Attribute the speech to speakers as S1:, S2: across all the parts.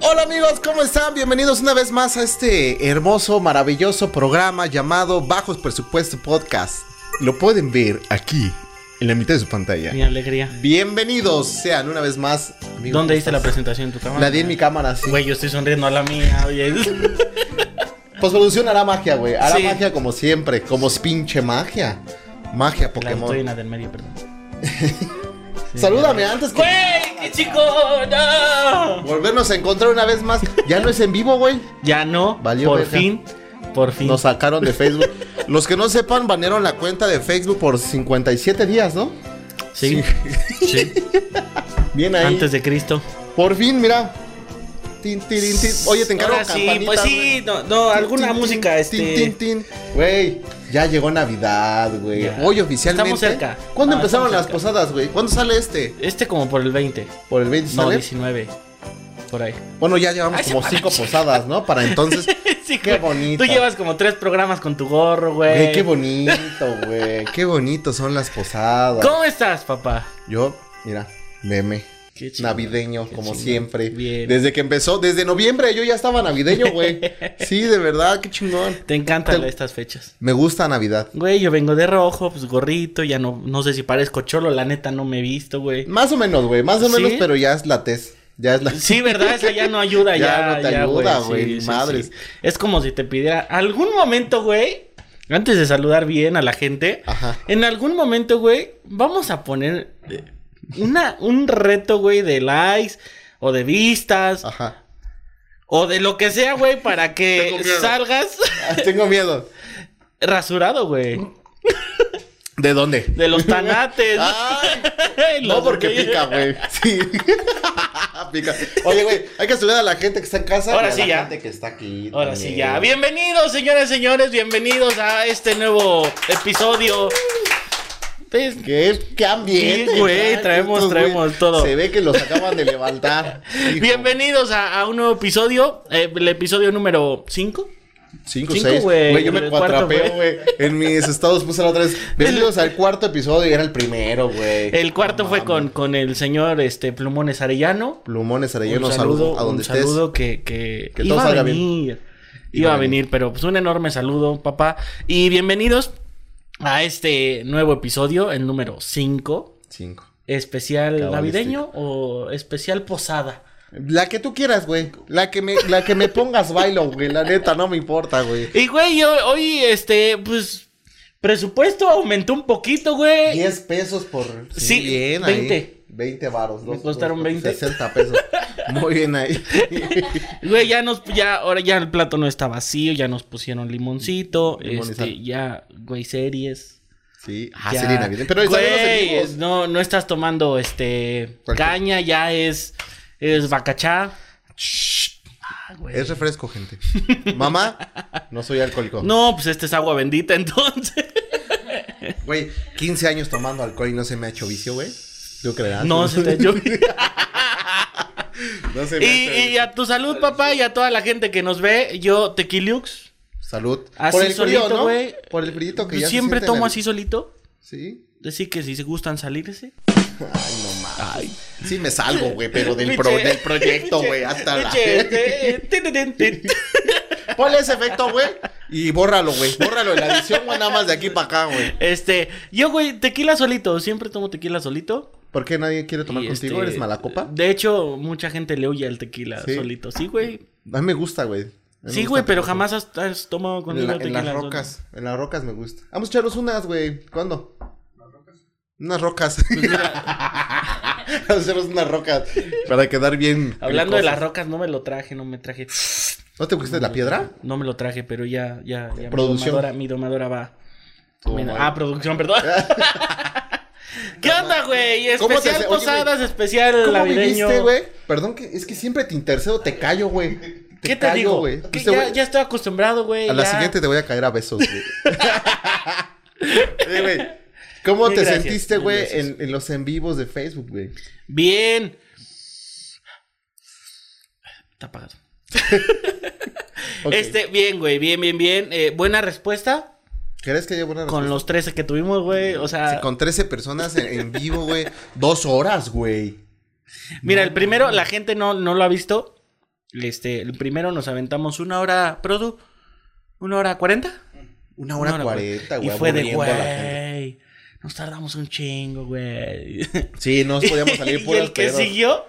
S1: Hola amigos, ¿cómo están? Bienvenidos una vez más a este hermoso, maravilloso programa llamado Bajos Presupuesto Podcast. Lo pueden ver aquí, en la mitad de su pantalla.
S2: Mi alegría.
S1: Bienvenidos sean una vez más. amigos.
S2: ¿Dónde diste la presentación en tu cámara?
S1: La di en mi cámara, sí.
S2: Güey, yo estoy sonriendo a la mía, oye.
S1: Postproducción hará magia, güey. Hará
S2: Sí.
S1: magia como siempre, como pinche magia. Magia
S2: La
S1: Pokémon.
S2: estoy en la del medio, perdón.
S1: Salúdame antes que
S2: ¡Güey! ¡Qué chico! ¡No!
S1: volvernos a encontrar una vez más. Ya no es en vivo, güey.
S2: Ya no,
S1: Valió
S2: por
S1: verga.
S2: fin, por fin.
S1: Nos sacaron de Facebook. Los que no sepan, banearon la cuenta de Facebook por 57 días, ¿no?
S2: sí, sí.
S1: Bien ahí.
S2: Antes de Cristo.
S1: Por fin, mira. Tin, tirin, tin. Oye, te encargo
S2: Ahora sí,
S1: campanita,
S2: pues
S1: güey.
S2: sí, no, no,
S1: Tin,
S2: alguna
S1: tin, tin,
S2: música,
S1: tin,
S2: este...
S1: tin, tin. Güey, ya llegó Navidad, güey.
S2: Ya.
S1: Hoy oficialmente.
S2: Estamos cerca.
S1: ¿Cuándo
S2: Ah,
S1: empezaron
S2: estamos
S1: las
S2: cerca.
S1: posadas, güey? ¿Cuándo sale este?
S2: Este como por el 20.
S1: ¿Por el 20
S2: No,
S1: sale?
S2: 19. Por ahí.
S1: Bueno, ya llevamos
S2: Ay, se
S1: como
S2: para la
S1: cinco posadas, ¿no? Para entonces.
S2: Sí,
S1: Qué
S2: güey.
S1: bonita.
S2: Tú llevas como tres programas con tu gorro,
S1: Güey,
S2: güey.
S1: qué bonito, güey. Qué bonito son las posadas.
S2: ¿Cómo estás, papá?
S1: Yo, mira, meme.
S2: Qué chingón,
S1: Navideño,
S2: qué
S1: como
S2: chingón.
S1: siempre.
S2: Bien.
S1: Desde que empezó, desde noviembre yo ya estaba navideño, güey. sí, de verdad, qué chingón.
S2: Te encantan
S1: Te-
S2: estas fechas.
S1: Me gusta Navidad.
S2: Güey, yo vengo de rojo, pues gorrito, ya no, no sé si parezco cholo, la neta no me he visto, güey.
S1: Más o menos, güey, más o
S2: ¿Sí?
S1: menos, pero ya es la tez. Ya es la...
S2: Sí, ¿verdad? Esa ya no ayuda,
S1: Ya
S2: ya.
S1: no te ayuda, güey,
S2: sí,
S1: ni
S2: sí,
S1: madres.
S2: sí. Es como si te pidiera algún momento, güey, antes de saludar bien a la gente,
S1: Ajá.
S2: en algún momento, güey, vamos a poner eh, una, un reto, güey, de likes o de vistas
S1: Ajá.
S2: o de lo que sea, güey, para que
S1: Tengo miedo.
S2: salgas
S1: Ah, Tengo miedo.
S2: rasurado, güey.
S1: ¿De dónde?
S2: De los tanates.
S1: Ay, Ah, no,
S2: Los
S1: porque
S2: güeyes.
S1: pica, güey. Sí. pica. Oye, güey, hay que saludar a la gente que está en casa.
S2: Ahora
S1: y a
S2: sí
S1: la
S2: ya.
S1: gente que está aquí.
S2: Ahora
S1: también.
S2: sí, ya. Bienvenidos, señoras y señores. Bienvenidos a este nuevo episodio. Pues,
S1: ¿Qué, qué ambiente?
S2: Sí, güey,
S1: ¿verdad?
S2: traemos,
S1: Estos, güey,
S2: traemos todo.
S1: Se ve que los acaban de levantar. Hijo.
S2: bienvenidos a, a un nuevo episodio. eh, el episodio número 5.
S1: Cinco,
S2: Cinco,
S1: seis.
S2: güey.
S1: Güey, yo me
S2: El cuarto,
S1: cuatrapeo, güey. En mis estados puse la otra vez. Bienvenidos al cuarto episodio y era el primero, güey.
S2: El cuarto
S1: No
S2: fue
S1: mames.
S2: con, con el señor este, Plumones Arellano.
S1: Plumones Arellano,
S2: un
S1: saludo,
S2: saludo,
S1: a donde
S2: un
S1: estés.
S2: saludo que, que,
S1: Que todo
S2: iba
S1: salga
S2: a
S1: bien.
S2: venir. Iba a venir, pero pues un enorme saludo, papá. Y bienvenidos a este nuevo episodio, el número 5.
S1: Cinco.
S2: ¿Especial
S1: Cabalístico. este.
S2: navideño o especial posada?
S1: La que tú quieras, güey. La que me, la que me pongas bailo, güey. La neta, no me importa, güey.
S2: Y, güey, hoy, hoy, este, pues, presupuesto aumentó un poquito, güey.
S1: 10 pesos por.
S2: Eh, Sí, 20.
S1: Ahí. 20 varos.
S2: Me
S1: dos-
S2: costaron
S1: dos-
S2: 20.
S1: 60 pesos. Muy bien ahí.
S2: Güey, ya nos, ya, ahora ya el plato no está vacío, ya nos pusieron limoncito,
S1: Limonizar.
S2: este, ya, güey, series.
S1: Sí. Ah,
S2: ya-
S1: sería navideño. Pero
S2: Güey,
S1: salimos en vivo.
S2: es- no, no estás tomando, este,
S1: ¿Cuál qué?
S2: caña, ya es, es bacachá. Ah, güey.
S1: Es refresco, gente. Mamá, no soy alcohólico.
S2: No, pues esta es agua bendita, entonces.
S1: Güey, 15 años tomando alcohol y no se me ha hecho vicio, güey. ¿Tú creerás?
S2: No, se te yo-
S1: No se me ha hecho
S2: Y, y
S1: vicio.
S2: a tu salud, papá, y a toda la gente que nos ve, yo, Tequiliux.
S1: Salud.
S2: Así solito, güey.
S1: Por el frío que
S2: Yo
S1: ya se
S2: siempre
S1: siente en
S2: tomo
S1: el-
S2: así solito.
S1: Sí.
S2: Decir que si se gustan salirse.
S1: Ay, no mames. Sí me salgo, güey, pero del,
S2: Pinche-
S1: pro- del proyecto,
S2: pinche-
S1: güey, hasta la...
S2: pinche, este, tin, tin, tin, tin.
S1: Ponle ese efecto, güey, y bórralo, güey. Bórralo en la edición, güey, nada más de aquí para acá, güey.
S2: Este, yo, güey, tequila solito. Siempre tomo tequila solito.
S1: ¿Por qué nadie quiere tomar
S2: Y,
S1: contigo?
S2: este,
S1: ¿Eres mala copa?
S2: De hecho, mucha gente le huye al tequila
S1: Sí.
S2: solito. Sí, güey.
S1: A mí me gusta, güey. A mí me
S2: Sí,
S1: gusta
S2: güey, pero
S1: mucho.
S2: jamás has, has tomado
S1: En,
S2: conmigo
S1: la- en
S2: tequila.
S1: las
S2: solito.
S1: rocas, en las rocas me gusta. Vamos a echarnos unas, güey. ¿Cuándo? Unas rocas.
S2: Pues
S1: Vamos a echarnos unas rocas para quedar bien.
S2: Hablando de las
S1: rocas.
S2: rocas, no me lo traje, no me traje.
S1: ¿No te pusiste la piedra?
S2: No me lo traje, pero ya, ya, ya.
S1: Producción.
S2: Mi domadora, mi domadora va.
S1: Oh,
S2: Mira,
S1: my.
S2: ah, producción, perdón. ¿Qué onda, güey?
S1: ¿Cómo te
S2: Especial
S1: hace- oye,
S2: posadas, especial
S1: ¿Cómo
S2: navideño.
S1: viviste, güey? Perdón, que es que siempre te intercedo, te callo, güey.
S2: ¿Qué te
S1: callo,
S2: digo?
S1: güey.
S2: Que
S1: Viste,
S2: ya,
S1: güey,
S2: ya estoy acostumbrado, güey.
S1: A la
S2: ya.
S1: siguiente te voy a caer a besos, güey. Oye, güey, ¿Cómo
S2: Mil
S1: te
S2: gracias,
S1: sentiste,
S2: mil
S1: güey,
S2: gracias.
S1: en, en los en vivos de Facebook, güey?
S2: Bien. Está apagado.
S1: Ok.
S2: Este, bien, güey, bien, bien, bien. Eh, buena respuesta
S1: ¿Crees que haya buena
S2: con los 13 que tuvimos, güey. O sea,
S1: Sí, con 13 personas en, en vivo, güey. Dos horas, güey.
S2: mira, el primero, la gente no, no lo ha visto. Este, el primero nos aventamos una hora, Produ, una hora cuarenta.
S1: Una hora
S2: Una hora
S1: cuarenta, güey.
S2: Y fue de,
S1: aburriendo a la gente.
S2: güey, nos tardamos un chingo, güey.
S1: Sí, no podíamos salir
S2: y
S1: puros
S2: el que
S1: pedos.
S2: siguió,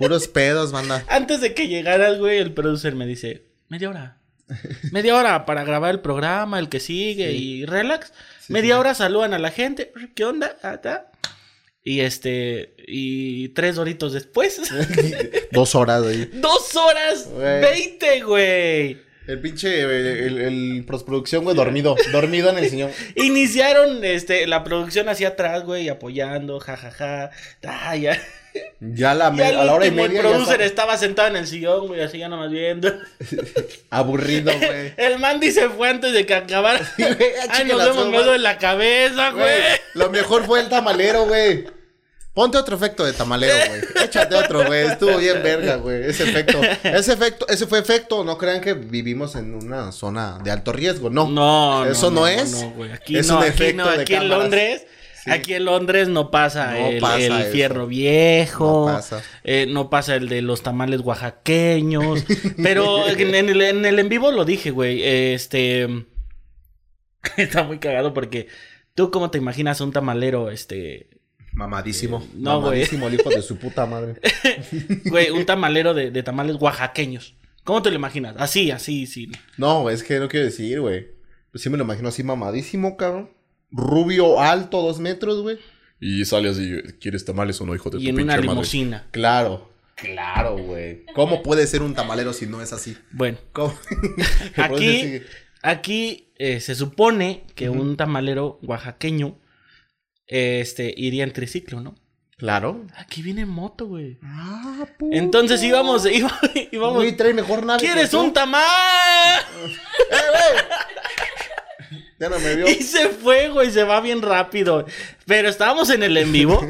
S1: Puros pedos, banda.
S2: antes de que llegara, güey, el producer me dice, media hora. Media hora para grabar el programa, el que sigue y relax.
S1: Sí,
S2: media
S1: sí.
S2: hora saludan a la gente. ¿Qué onda? Ah, ta. Y este, y tres horitos después.
S1: Dos horas, güey.
S2: Dos horas
S1: Güey.
S2: veinte, güey.
S1: El pinche, eh, el, el postproducción, güey, dormido. Dormido en el señor.
S2: Iniciaron este, la producción hacia atrás, güey, apoyando, jajaja. Ah, ya.
S1: Ya a la,
S2: Y
S1: me-
S2: al
S1: a la hora y
S2: último,
S1: media
S2: el
S1: ya
S2: producer
S1: está
S2: estaba sentado en el sillón, güey, así ya nomás viendo.
S1: aburrido, güey.
S2: El Mandy se fue antes de que acabara.
S1: güey,
S2: Ay,
S1: chingue
S2: nos
S1: la
S2: vemos
S1: suma.
S2: medio en la cabeza, güey.
S1: Güey, Lo mejor fue el tamalero, güey. Ponte otro efecto de tamalero, güey. Échate otro, güey. Estuvo bien verga, güey. Ese efecto. Ese efecto, ese fue efecto. No crean que vivimos en una zona de alto riesgo. No.
S2: No,
S1: Eso no es.
S2: güey. Aquí
S1: Es
S2: no,
S1: un
S2: aquí
S1: efecto
S2: no,
S1: de
S2: aquí en
S1: cámaras.
S2: Londres.
S1: Sí.
S2: Aquí en Londres no pasa
S1: No
S2: el,
S1: pasa
S2: el
S1: eso.
S2: fierro viejo,
S1: No pasa.
S2: eh, no pasa el de los tamales oaxaqueños, pero en, en el, en el en vivo lo dije, güey, este, está muy cagado porque tú cómo te imaginas un tamalero, este,
S1: Mamadísimo.
S2: Eh, No, güey.
S1: Mamadísimo el hijo de su puta madre.
S2: güey, un tamalero de, de tamales oaxaqueños, ¿cómo te lo imaginas? Así, así, sí.
S1: No, es que no quiero decir, güey. Pues sí me lo imagino así mamadísimo, cabrón. Rubio alto, dos metros, güey. Y sale así, ¿quieres tamales o no, hijo
S2: y en una limusina.
S1: Claro. Claro, güey. ¿Cómo puede ser un tamalero si no es así?
S2: Bueno.
S1: ¿Cómo?
S2: Aquí, aquí eh, se supone que un tamalero oaxaqueño eh, este, iría en triciclo, ¿no?
S1: Claro.
S2: Aquí viene en moto, güey.
S1: Ah, puta.
S2: Entonces íbamos, íbamos, íbamos-
S1: Güey, trae mejor nave.
S2: ¿Quieres
S1: que tú.
S2: un tamal?
S1: Ya no me vio.
S2: Y se fue, güey, se va bien rápido. Pero estábamos en el en vivo.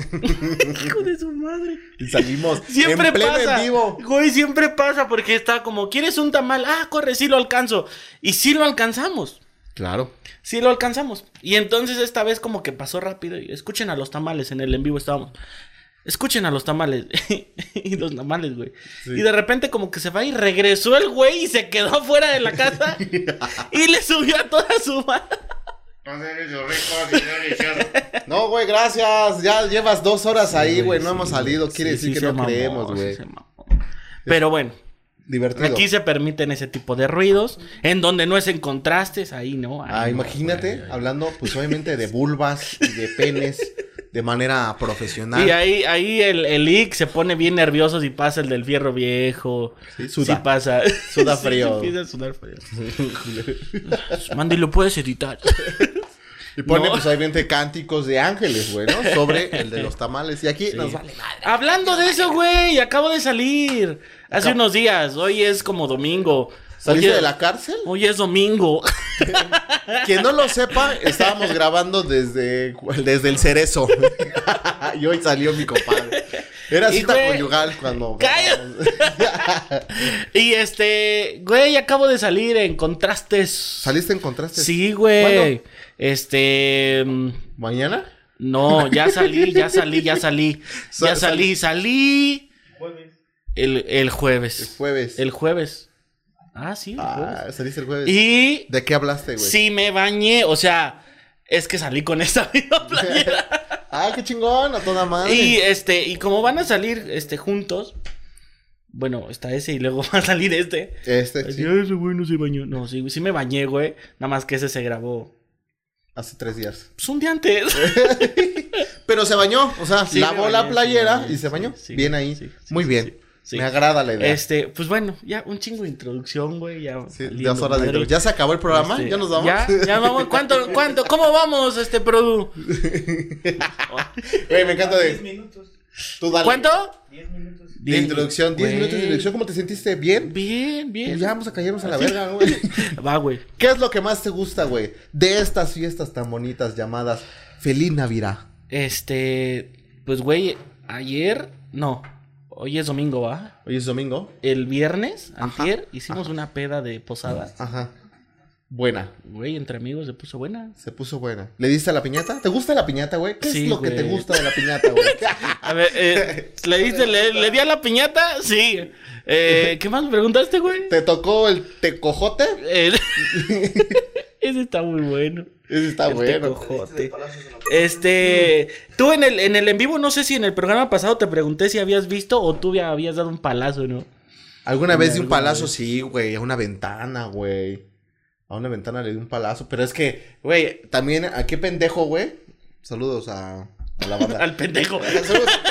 S2: Hijo de su madre.
S1: Y salimos.
S2: Siempre
S1: en pleno
S2: pasa.
S1: en vivo.
S2: Güey, siempre pasa porque está como, ¿quieres un tamal? Ah, corre, sí lo alcanzo. Y sí lo alcanzamos.
S1: Claro.
S2: Sí, lo alcanzamos. Y entonces esta vez como que pasó rápido. Y escuchen a los tamales, en el en vivo estábamos. Escuchen a los tamales. y los tamales, güey.
S1: Sí.
S2: Y de repente como que se va y regresó el güey y se quedó fuera de la casa. y le subió a toda su ma-
S1: No, güey, gracias. Ya llevas dos horas ahí, güey. No
S2: sí,
S1: hemos salido. Quiere
S2: sí,
S1: decir
S2: sí
S1: que
S2: se
S1: no
S2: mamó,
S1: creemos,
S2: sí
S1: güey.
S2: se mamó. Pero bueno,
S1: Divertido.
S2: aquí se permiten ese tipo de ruidos. En donde no es en contrastes, ahí no. ahí
S1: Ah,
S2: no,
S1: imagínate,
S2: güey, ahí-
S1: hablando, pues obviamente de vulvas y de penes de manera profesional.
S2: Y ahí, ahí el, el Ick se pone bien nervioso si pasa el del fierro viejo.
S1: Sí, suda.
S2: Si pasa.
S1: Suda
S2: Sí,
S1: frío.
S2: empieza a sudar frío. Mandy, ¿lo puedes editar?
S1: Y pone,
S2: No.
S1: pues obviamente, cánticos de ángeles, güey, ¿no? Sobre el de los tamales. Y aquí nos vale.
S2: Hablando de eso, güey, acabo de salir. Hace
S1: Acab-
S2: unos días. Hoy es como domingo.
S1: ¿Saliste
S2: Hoy-
S1: de la cárcel?
S2: Hoy es domingo.
S1: Quien no lo sepa, estábamos grabando desde, desde el cerezo. y hoy salió mi compadre. Era
S2: Y,
S1: cita
S2: güey,
S1: conyugal cuando.
S2: cállate. Y este, güey, acabo de salir en contrastes.
S1: ¿Saliste en contraste?
S2: Sí, güey.
S1: ¿Cuándo?
S2: Este. mm,
S1: ¿Mañana?
S2: No, ya salí, ya salí, ya salí.
S1: Sa-
S2: Ya salí, salí. El, el
S1: El
S2: jueves.
S1: jueves.
S2: El jueves. Ah, sí. el
S1: Ah,
S2: jueves.
S1: saliste el jueves.
S2: Y
S1: ¿De qué hablaste, güey?
S2: sí me bañé. O sea, es que salí con esta misma playera.
S1: Ah, qué chingón, a toda madre.
S2: y este, y como van a salir este juntos. Bueno, está ese y luego va a salir este.
S1: Este,
S2: Así,
S1: sí,
S2: "Ay, ese güey no se bañó. No, sí, sí me bañé, güey. Nada más que ese se grabó.
S1: hace tres días.
S2: Pues un día antes.
S1: Pero se bañó, o sea,
S2: Sí,
S1: lavó
S2: me
S1: la
S2: bañé, sí,
S1: playera
S2: me bañé,
S1: y se bañó.
S2: sí, sí,
S1: bien ahí.
S2: sí, sí,
S1: Muy
S2: sí,
S1: bien.
S2: sí, sí.
S1: Me agrada la idea.
S2: Este, pues bueno, ya un chingo de introducción, güey. Ya
S1: Sí,
S2: valiendo
S1: dos horas de
S2: madre.
S1: introducción. Ya se acabó el programa,
S2: Este,
S1: ya nos vamos.
S2: Ya, ya vamos. ¿Cuánto, cuánto, cómo vamos, este Produ?
S1: Güey, me encanta de.
S3: minutos.
S1: Tú dale.
S2: ¿Cuánto?
S3: 10 minutos.
S1: De introducción, 10
S2: Güey.
S1: minutos de introducción. ¿Cómo te sentiste? ¿Bien?
S2: Bien,
S1: Y
S2: bien.
S1: ya vamos a caernos a la verga, güey.
S2: Va, güey.
S1: ¿Qué es lo que más te gusta, güey? De estas fiestas tan bonitas llamadas Feliz Navidad.
S2: Este, pues güey, ayer, no. Hoy es domingo, ¿va?
S1: Hoy es domingo.
S2: El viernes,
S1: Ajá,
S2: antier, hicimos una peda de posada.
S1: Ajá. buena.
S2: Güey, entre amigos se puso buena.
S1: Se puso buena. ¿Le diste a la piñata? ¿Te gusta la piñata, güey? ¿Qué
S2: Sí,
S1: es lo que te
S2: güey.
S1: gusta de la piñata, güey?
S2: A ver, eh, ¿le, diste, le, le di a la piñata? Sí. Eh, ¿Qué más me preguntaste, güey?
S1: ¿Te tocó el tecojote?
S2: El- Ese está muy bueno.
S1: Ese está
S2: El
S1: Ah, bueno.
S2: tecojote. Este, tú en el, en el en vivo, no sé si en el programa pasado te pregunté si habías visto o tú ya habías dado un palazo, ¿no?
S1: Alguna vez di un
S2: Alguna
S1: palazo, sí, güey, a una ventana, güey. A una ventana le di un palazo, pero es que, güey, también, ¿a qué pendejo, güey? Saludos a, a la banda.
S2: Al pendejo.
S1: Saludos a pendejo.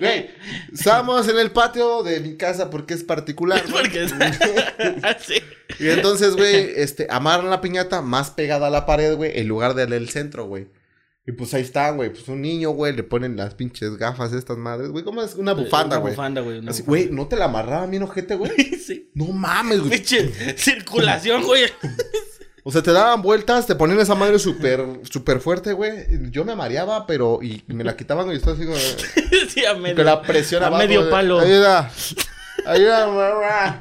S1: Güey, estamos en el patio de mi casa porque es particular, güey.
S2: Porque es así.
S1: Y entonces, güey, este, amaron la piñata más pegada a la pared, güey, en lugar del del centro, güey. Y pues ahí está, güey, pues un niño, güey, le ponen las pinches gafas a estas madres, güey, ¿cómo es? Una bufanda,
S2: Eh, Una
S1: güey.
S2: Bufanda, güey. una
S1: Así, Güey, ¿no te la amarraba bien ojete, güey?
S2: bufanda. Sí.
S1: No mames, güey.
S2: Pinche circulación, güey.
S1: O sea, te daban vueltas, te ponían esa madre súper, súper fuerte, güey. Yo me mareaba, pero... Y, y me la quitaban y estaba así como...
S2: Sí, a medio-
S1: Con la presión
S2: a
S1: abajo.
S2: medio
S1: de,
S2: palo.
S1: Ayuda. Ayuda, mamá.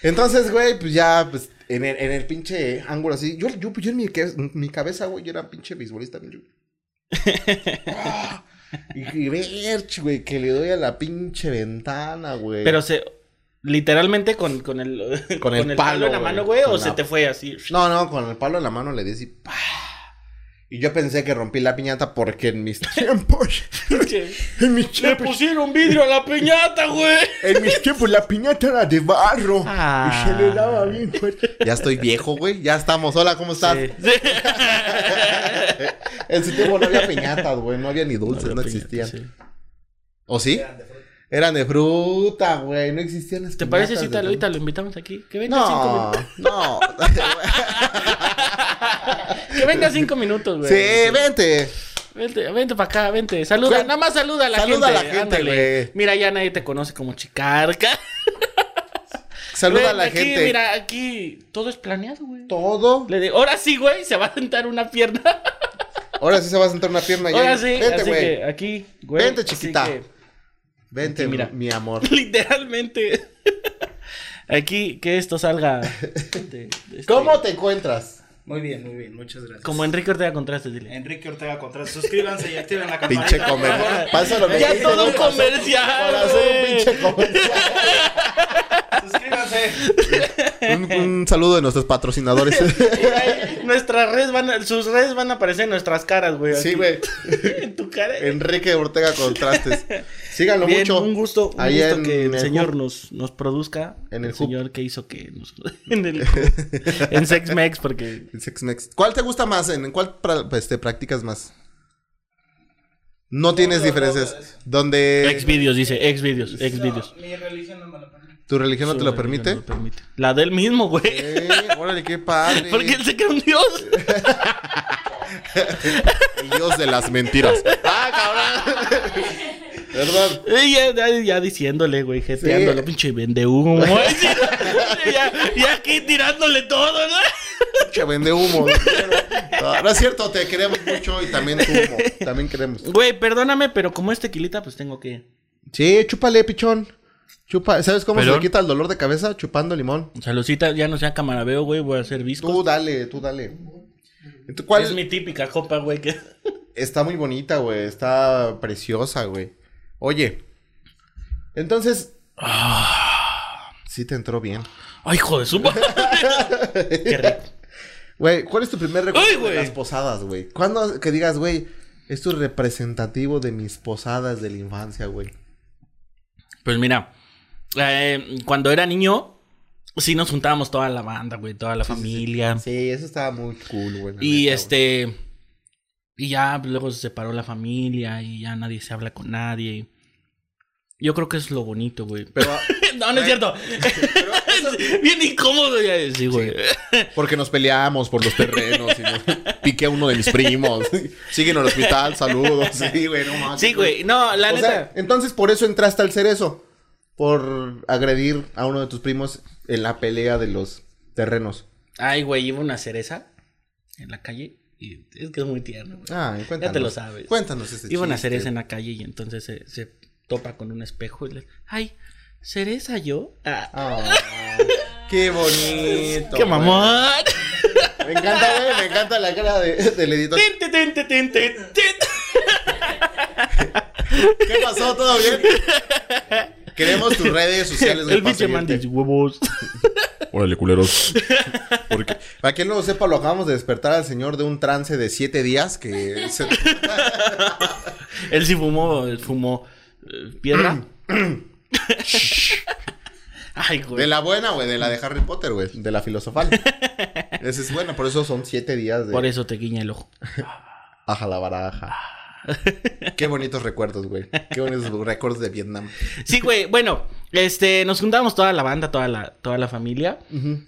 S1: Entonces, güey, pues ya, pues... En el, en el pinche ángulo así. Yo, yo, yo en mi, que- en mi cabeza, güey, yo era pinche beisbolista. güey. Yo- Ah, y, y ver, güey, que le doy a la pinche ventana, güey.
S2: Pero se. Literalmente con, con el, con
S1: el palo,
S2: en la
S1: güey.
S2: mano, güey, o
S1: Con
S2: se
S1: la-
S2: te fue así.
S1: No, no, con el palo en la mano le di así. ¡pa! Y yo pensé que rompí la piñata porque en mis tiempos.
S2: Pinche.
S1: En mis
S2: Le
S1: tiempos.
S2: pusieron vidrio a la piñata, güey.
S1: En mis tiempos la piñata era de barro.
S2: Ah.
S1: Y se le daba bien fuerte. Ya estoy viejo, güey. Ya estamos. Hola, ¿cómo estás? En su tiempo no había piñatas, güey. No había ni dulces, Pues no, existían. ¿O sí? Eran de fruta, güey. No existían las
S2: ¿Te parece si
S1: piñatas de
S2: tal,
S1: fruta.
S2: ahorita lo invitamos aquí? Que venga
S1: No,
S2: cinco minutos.
S1: no.
S2: Que venga cinco minutos, güey.
S1: sí, vente.
S2: Vente, vente para acá, vente. Saluda,
S1: Güey,
S2: nada más saluda a la
S1: saluda
S2: gente.
S1: a la gente,
S2: ándale.
S1: güey.
S2: Mira, ya nadie te conoce como chicarca.
S1: Saluda a
S2: Ven,
S1: la
S2: aquí,
S1: gente.
S2: Mira, aquí todo es planeado, güey.
S1: Todo.
S2: Le digo, ahora sí, güey, se va a sentar una pierna.
S1: Ahora sí se va a sentar una pierna. ya.
S2: Ahora sí,
S1: Vente,
S2: así
S1: güey.
S2: que aquí, güey.
S1: Vente,
S2: así
S1: chiquita.
S2: que-
S1: Vente,
S2: Aquí, mira.
S1: mi amor.
S2: Literalmente. Aquí, que esto salga. de- de este-
S1: ¿Cómo te encuentras?
S3: Muy bien, muy bien, muchas gracias.
S2: Como Enrique Ortega Contraste, dile.
S3: Enrique Ortega Contreras, suscríbanse y activen la campanita.
S1: Pinche comercial. Pásalo, me
S2: Ya
S1: dijiste,
S2: todo
S1: ¿no?
S2: comercial.
S1: Para hacer un
S2: güey.
S1: pinche comercial.
S3: Suscríbanse.
S1: un, un saludo de nuestros patrocinadores.
S2: Por ahí, Nuestras redes van a- sus redes van a aparecer en nuestras caras, güey.
S1: sí,
S2: aquí.
S1: güey.
S2: En tu cara.
S1: Enrique Ortega Contrastes. Síganlo
S2: Bien,
S1: mucho.
S2: un gusto, un
S1: Ahí
S2: gusto
S1: en
S2: que el
S1: el
S2: señor
S1: Hub.
S2: nos, nos produzca.
S1: En el Hub.
S2: señor que hizo que nos. en el. Hub. en Sex Mex, porque.
S1: El Sex Mex. ¿Cuál te gusta más? ¿En en cuál pra- este, practicas más? No tienes
S3: no,
S1: diferencias.
S3: no, no, no.
S1: Donde
S2: Ex videos, dice. Ex videos, ex videos.
S3: No, mi religión no me lo permite.
S1: tu religión no te lo
S2: Su religión
S1: permite.
S2: no lo permite. La del mismo, güey.
S1: Eh, órale, qué padre.
S2: Porque él se cree un dios.
S1: El dios de las mentiras. ¡Ah, cabrón! Perdón.
S2: Y ya, ya- ya diciéndole, güey, jeteándole,
S1: Sí.
S2: pinche vende humo. ya, ya aquí tirándole todo, ¿no?
S1: Che, vende humo. No, no es cierto, te queremos mucho y también tu humo. También queremos.
S2: Güey, perdóname, pero como es tequilita, pues tengo que.
S1: Sí, chúpale, pichón. Chupa, ¿sabes cómo se
S2: ¿Pelón?
S1: le quita el dolor de cabeza? Chupando limón.
S2: Salucita, ya no sea camarabeo, güey, voy a hacer visco.
S1: Tú dale, tú dale. Ento- ¿Cuál?
S2: Es mi típica copa, güey, que.
S1: Está muy bonita, güey. Está preciosa, güey. Oye. Entonces. Sí te entró bien.
S2: Ay, hijo de su madre. Qué rico.
S1: Güey, ¿cuál es tu primer recuerdo
S2: Ay, güey.
S1: de las posadas, güey? ¿Cuándo que digas, güey, esto es representativo de mis posadas de la infancia, güey?
S2: Pues mira, eh, cuando era niño, sí nos juntábamos toda la banda, güey, toda la familia.
S1: Sí, eso estaba muy cool, güey. la neta,
S2: Y
S1: güey.
S2: este. Y ya pues, luego se separó la familia y ya nadie se habla con nadie. Yo creo que es lo bonito, güey.
S1: Pero, eh,
S2: no, no es cierto. Bien incómodo ya sí, güey.
S1: porque nos peleamos por los terrenos y nos piqué a uno de mis primos. Sigue en el hospital, saludos. Sí, güey, no mames.
S2: Sí, güey. No, la
S1: O
S2: neta.
S1: sea, entonces por eso entraste al cerezo. Por agredir a uno de tus primos en la pelea de los terrenos.
S2: Ay, güey, iba una cereza en la calle. Y es que es muy tierno, güey.
S1: Ah, cuéntanos.
S2: Ya te lo sabes.
S1: Cuéntanos este
S2: Iba una
S1: chiste.
S2: cereza en la calle y entonces se, se topa con un espejo y le. Ay, ¿cereza yo? Ah,
S1: Ah, Qué bonito.
S2: ¡Qué
S1: güey.
S2: mamón!
S1: Me encanta, güey. Me encanta la cara de- del editor.
S2: Tin, tin, tin, tin, tin, tin, tin.
S1: ¿Qué pasó? ¿Todo bien? Queremos tus redes sociales. güey,
S2: El
S1: para
S2: biche
S1: seguirte.
S2: mandis huevos.
S4: Órale, culeros. Porque
S1: Para quien no lo sepa, lo acabamos de despertar al señor de un trance de siete días que se-
S2: Él sí fumó, él fumó eh, piedra. Ay,
S1: de
S2: güey.
S1: la buena, güey, de la de Harry Potter, güey, de la filosofal. Esa es buena, por eso son siete días
S2: Por
S1: de
S2: e- eso te guiña el ojo.
S1: aja la baraja. Qué bonitos recuerdos, güey. Qué bonitos recuerdos de Vietnam.
S2: Sí, güey, bueno, este, nos juntábamos toda la banda, toda la, toda la familia.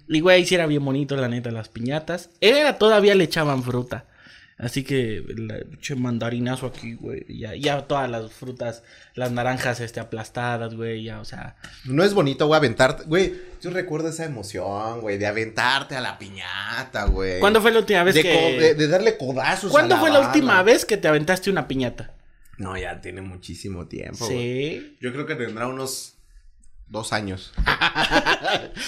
S2: Y, güey, sí era bien bonito, la neta, las piñatas. Era, todavía le echaban fruta. Así que, la- che mandarinazo aquí, güey. Ya, ya todas las frutas, las naranjas, este, aplastadas, güey, ya, o sea.
S1: No es bonito, güey, aventarte. Güey, yo recuerdo esa emoción, güey, de aventarte a la piñata, güey.
S2: ¿Cuándo fue la última vez
S1: Eh, de,
S2: que...
S1: co- eh, de- de darle codazos. a
S2: ¿Cuándo fue la
S1: bala.
S2: última vez que te aventaste una piñata?
S1: No, ya tiene muchísimo tiempo. güey.
S2: Sí.
S1: Yo creo que tendrá unos dos años.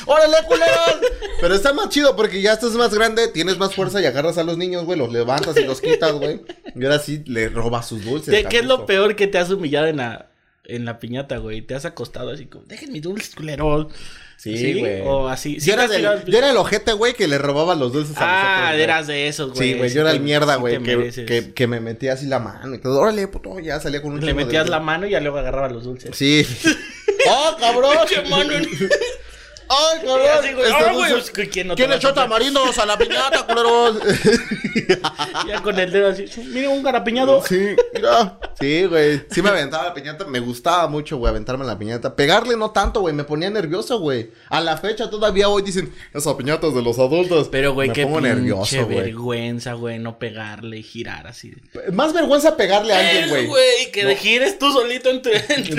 S1: ¡Órale, culeros! Pero está más chido porque ya estás más grande, tienes más fuerza y agarras a los niños, güey, los levantas y los quitas, güey. Y ahora sí le robas sus dulces.
S2: ¿Qué, qué es lo
S1: Carlito.
S2: peor que te has humillado en la, en la piñata, güey? Te has acostado así como, dejen mi dulce culero.
S1: Sí, güey.
S2: O así.
S1: Yo,
S2: te
S1: era
S2: has tirado
S1: del-
S2: el-
S1: yo era el ojete, güey, que le robaba los dulces a los otros,
S2: Ah,
S1: güey.
S2: eras de esos, güey.
S1: Sí, güey, yo era el
S2: Sí,
S1: mierda,
S2: sí
S1: güey,
S2: te
S1: que,
S2: mereces.
S1: que, que me metía así la mano y todo. Órale, puto, ya salía con un
S2: Le
S1: chingo de-
S2: metías la mano y ya luego agarrabas los dulces.
S1: Sí. ¡Oh, cabrón!
S2: Pinche mano en-
S1: ¡Ay, cabrón!
S2: Así, güey,
S1: Este
S2: ah, güey,
S1: dulce-
S2: pues, ¿quién no te
S1: ¿Quién
S2: va
S1: le
S2: a
S1: echó
S2: comprar?
S1: tamarindos a la piñata, culeros?
S2: Ya con el dedo así. Mira, un garapiñado.
S1: Sí, mira. Sí, güey. Sí me aventaba la piñata. Me gustaba mucho, güey, aventarme la piñata. Pegarle no tanto, güey. Me ponía nervioso, güey. A la fecha todavía hoy dicen, esas piñatas de los adultos.
S2: Pero, güey,
S1: me
S2: qué
S1: pongo
S2: pinche
S1: nervioso, güey.
S2: vergüenza, güey, no pegarle y girar así.
S1: Más vergüenza pegarle a alguien,
S2: Es,
S1: güey.
S2: güey, que gires tú solito en tu,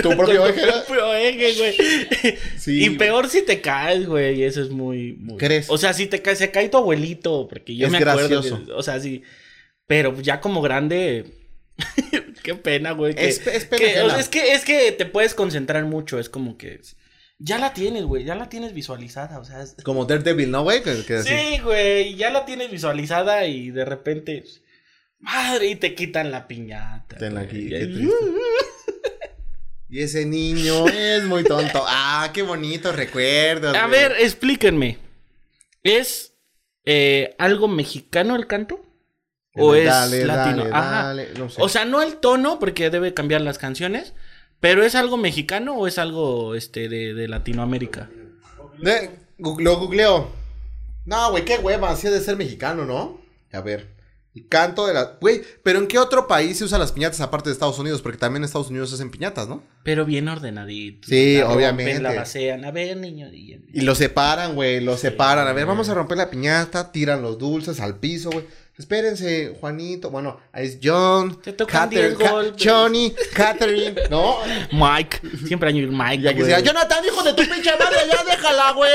S1: tu propio eje, ¿no?
S2: propio eje, güey.
S1: Sí,
S2: y
S1: güey.
S2: peor si te caes, güey, y eso es muy, muy-
S1: ¿Crees?
S2: O sea, si te caes, se cae tu abuelito, porque yo
S1: Es
S2: me acuerdo que-
S1: gracioso.
S2: o sea, sí, pero ya como grande qué pena, güey. que-
S1: Es pe- es
S2: que-
S1: pena ajena.
S2: o sea, es que es que te puedes concentrar mucho, es como que ya la tienes, güey, ya la tienes visualizada, o sea, es-
S1: Como Daredevil, ¿no, güey? Que, que así.
S2: Sí, güey, ya la tienes visualizada y de repente, madre, y te quitan la piñata.
S1: Ten la aquí,
S2: güey.
S1: qué triste. Y ese niño es muy tonto. Ah, qué bonitos recuerdos.
S2: A
S1: güey.
S2: ver, explíquenme. ¿Es eh, algo mexicano el canto? ¿O es
S1: Dale,
S2: latino?
S1: dale,
S2: Ajá.
S1: dale, no sé.
S2: O sea, no el tono, porque debe cambiar las canciones. Pero ¿es algo mexicano o es algo este, de, de Latinoamérica?
S1: De- gu- lo googleo. No, güey, qué hueva, así ha de ser mexicano, ¿no? A ver. El canto de la. Güey, pero ¿en qué otro país se usan las piñatas aparte de Estados Unidos? Porque también en Estados Unidos hacen piñatas, ¿no?
S2: Pero bien ordenadito.
S1: Sí,
S2: La rompen,
S1: obviamente.
S2: La basean. A ver, niño. y-
S1: Y lo separan, güey, lo separan. A ver, vamos a romper la piñata, tiran los dulces al piso, güey. Espérense, Juanito. Bueno, ahí es John,
S2: Te tocan
S1: Catherine,
S2: 10
S1: Ca-
S2: golpes.
S1: Johnny, Catherine, ¿no?
S2: Mike. Siempre hay un Mike.
S1: Y aquí
S2: güey.
S1: sería, Jonathan, hijo de tu pinche madre, ya déjala, güey.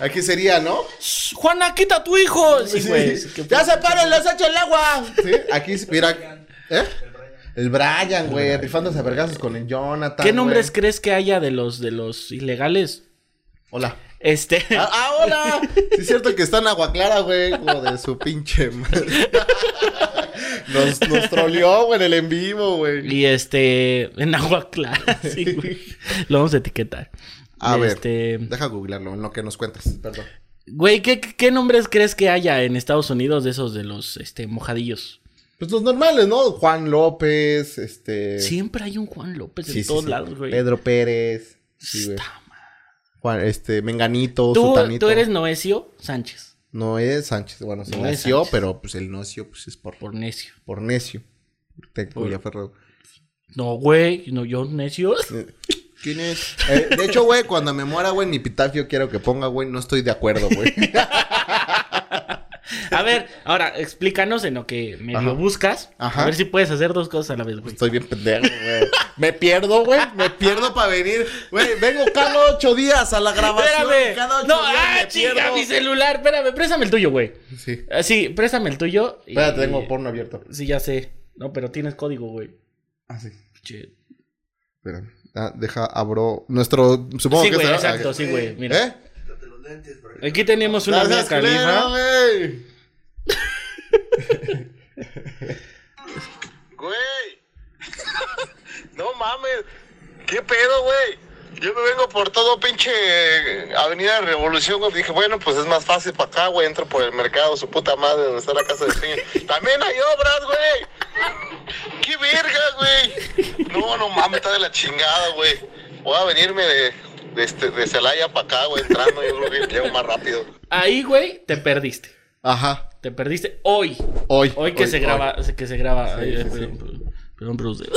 S1: Aquí sería, ¿no?
S2: Shh, Juana, quita a tu hijo. Sí,
S1: Sí.
S2: güey. sí, qué-
S1: Ya separen, los echo el agua. Sí, aquí, se- mira. ¿Eh? El Brian, güey, rifándose a vergazos con el Jonathan.
S2: ¿Qué nombres
S1: güey.
S2: crees que haya de los, de los ilegales?
S1: Hola.
S2: Este.
S1: Ah, ah, hola. Sí, es cierto que está en Agua Clara, güey. Hijo de su pinche madre. Nos, nos troleó, güey, en el en vivo, güey.
S2: Y este, en agua clara, sí, güey. Lo vamos a etiquetar.
S1: A ver.
S2: Este,
S1: Deja googlearlo en lo que nos cuentas, perdón.
S2: Güey, ¿qué, ¿qué nombres crees que haya en Estados Unidos de esos de los este, mojadillos?
S1: Pues los normales, ¿no? Juan López, este.
S2: Siempre hay un Juan López
S1: Sí,
S2: en
S1: sí,
S2: todos
S1: sí.
S2: lados, güey.
S1: Pedro Pérez. Sí, güey.
S2: Está mal.
S1: Juan, este, Menganito,
S2: ¿Tú,
S1: Sutanito.
S2: tú eres Noesio Sánchez,
S1: No es Sánchez, bueno, se
S2: No es
S1: nació,
S2: Sánchez.
S1: pero pues el nocio pues es por,
S2: por necio.
S1: por necio. Te
S2: Por-
S1: Villaferro.
S2: No, güey, no, yo necio.
S1: ¿Quién es? Eh, de hecho, güey, cuando me muera, güey, en mi epitafio quiero que ponga, güey, no estoy de acuerdo, güey.
S2: A ver, ahora explícanos en lo que medio
S1: Ajá.
S2: buscas.
S1: Ajá.
S2: A ver si puedes hacer dos cosas a la vez, güey.
S1: Estoy bien pendejo, güey. Me pierdo, güey, me pierdo para venir. Güey, vengo cada ocho días a la grabación.
S2: Espérame.
S1: Cada ocho
S2: No,
S1: días
S2: ah,
S1: me
S2: chinga,
S1: pierdo.
S2: mi celular. Espérame, préstame el tuyo, güey.
S1: Sí.
S2: Ah, Sí, préstame el tuyo. y-
S1: Espérate, tengo porno abierto.
S2: Sí, ya sé. No, pero tienes código, güey.
S1: Ah, sí.
S2: Che.
S1: Espérame. Ah, deja, abro nuestro... Supongo
S2: Sí,
S1: que
S2: güey,
S1: será-
S2: exacto,
S1: ah,
S2: sí, güey. Mira.
S1: ¿Eh?
S5: dentes, bro.
S2: Aquí tenemos una Mia
S1: Gracias, culero,
S2: Khalifa.
S1: güey.
S6: Güey. No mames. ¿Qué pedo, güey? Yo me vengo por todo pinche eh, Avenida Revolución, güey. Dije, bueno, pues es más fácil para acá, güey. Entro por el mercado, su puta madre, donde está la casa de Peña. También hay obras, güey. ¡Qué verga, güey! No, no mames, está de la chingada, güey. Voy a venirme de, de, este, de Celaya para acá, güey, entrando. Yo creo que llego más rápido.
S2: Ahí, güey, te perdiste.
S1: Ajá.
S2: Te perdiste hoy.
S1: Hoy.
S2: Hoy que se graba, que se graba. Ay,
S1: sí,
S2: perdón, perdón, perdón, producer.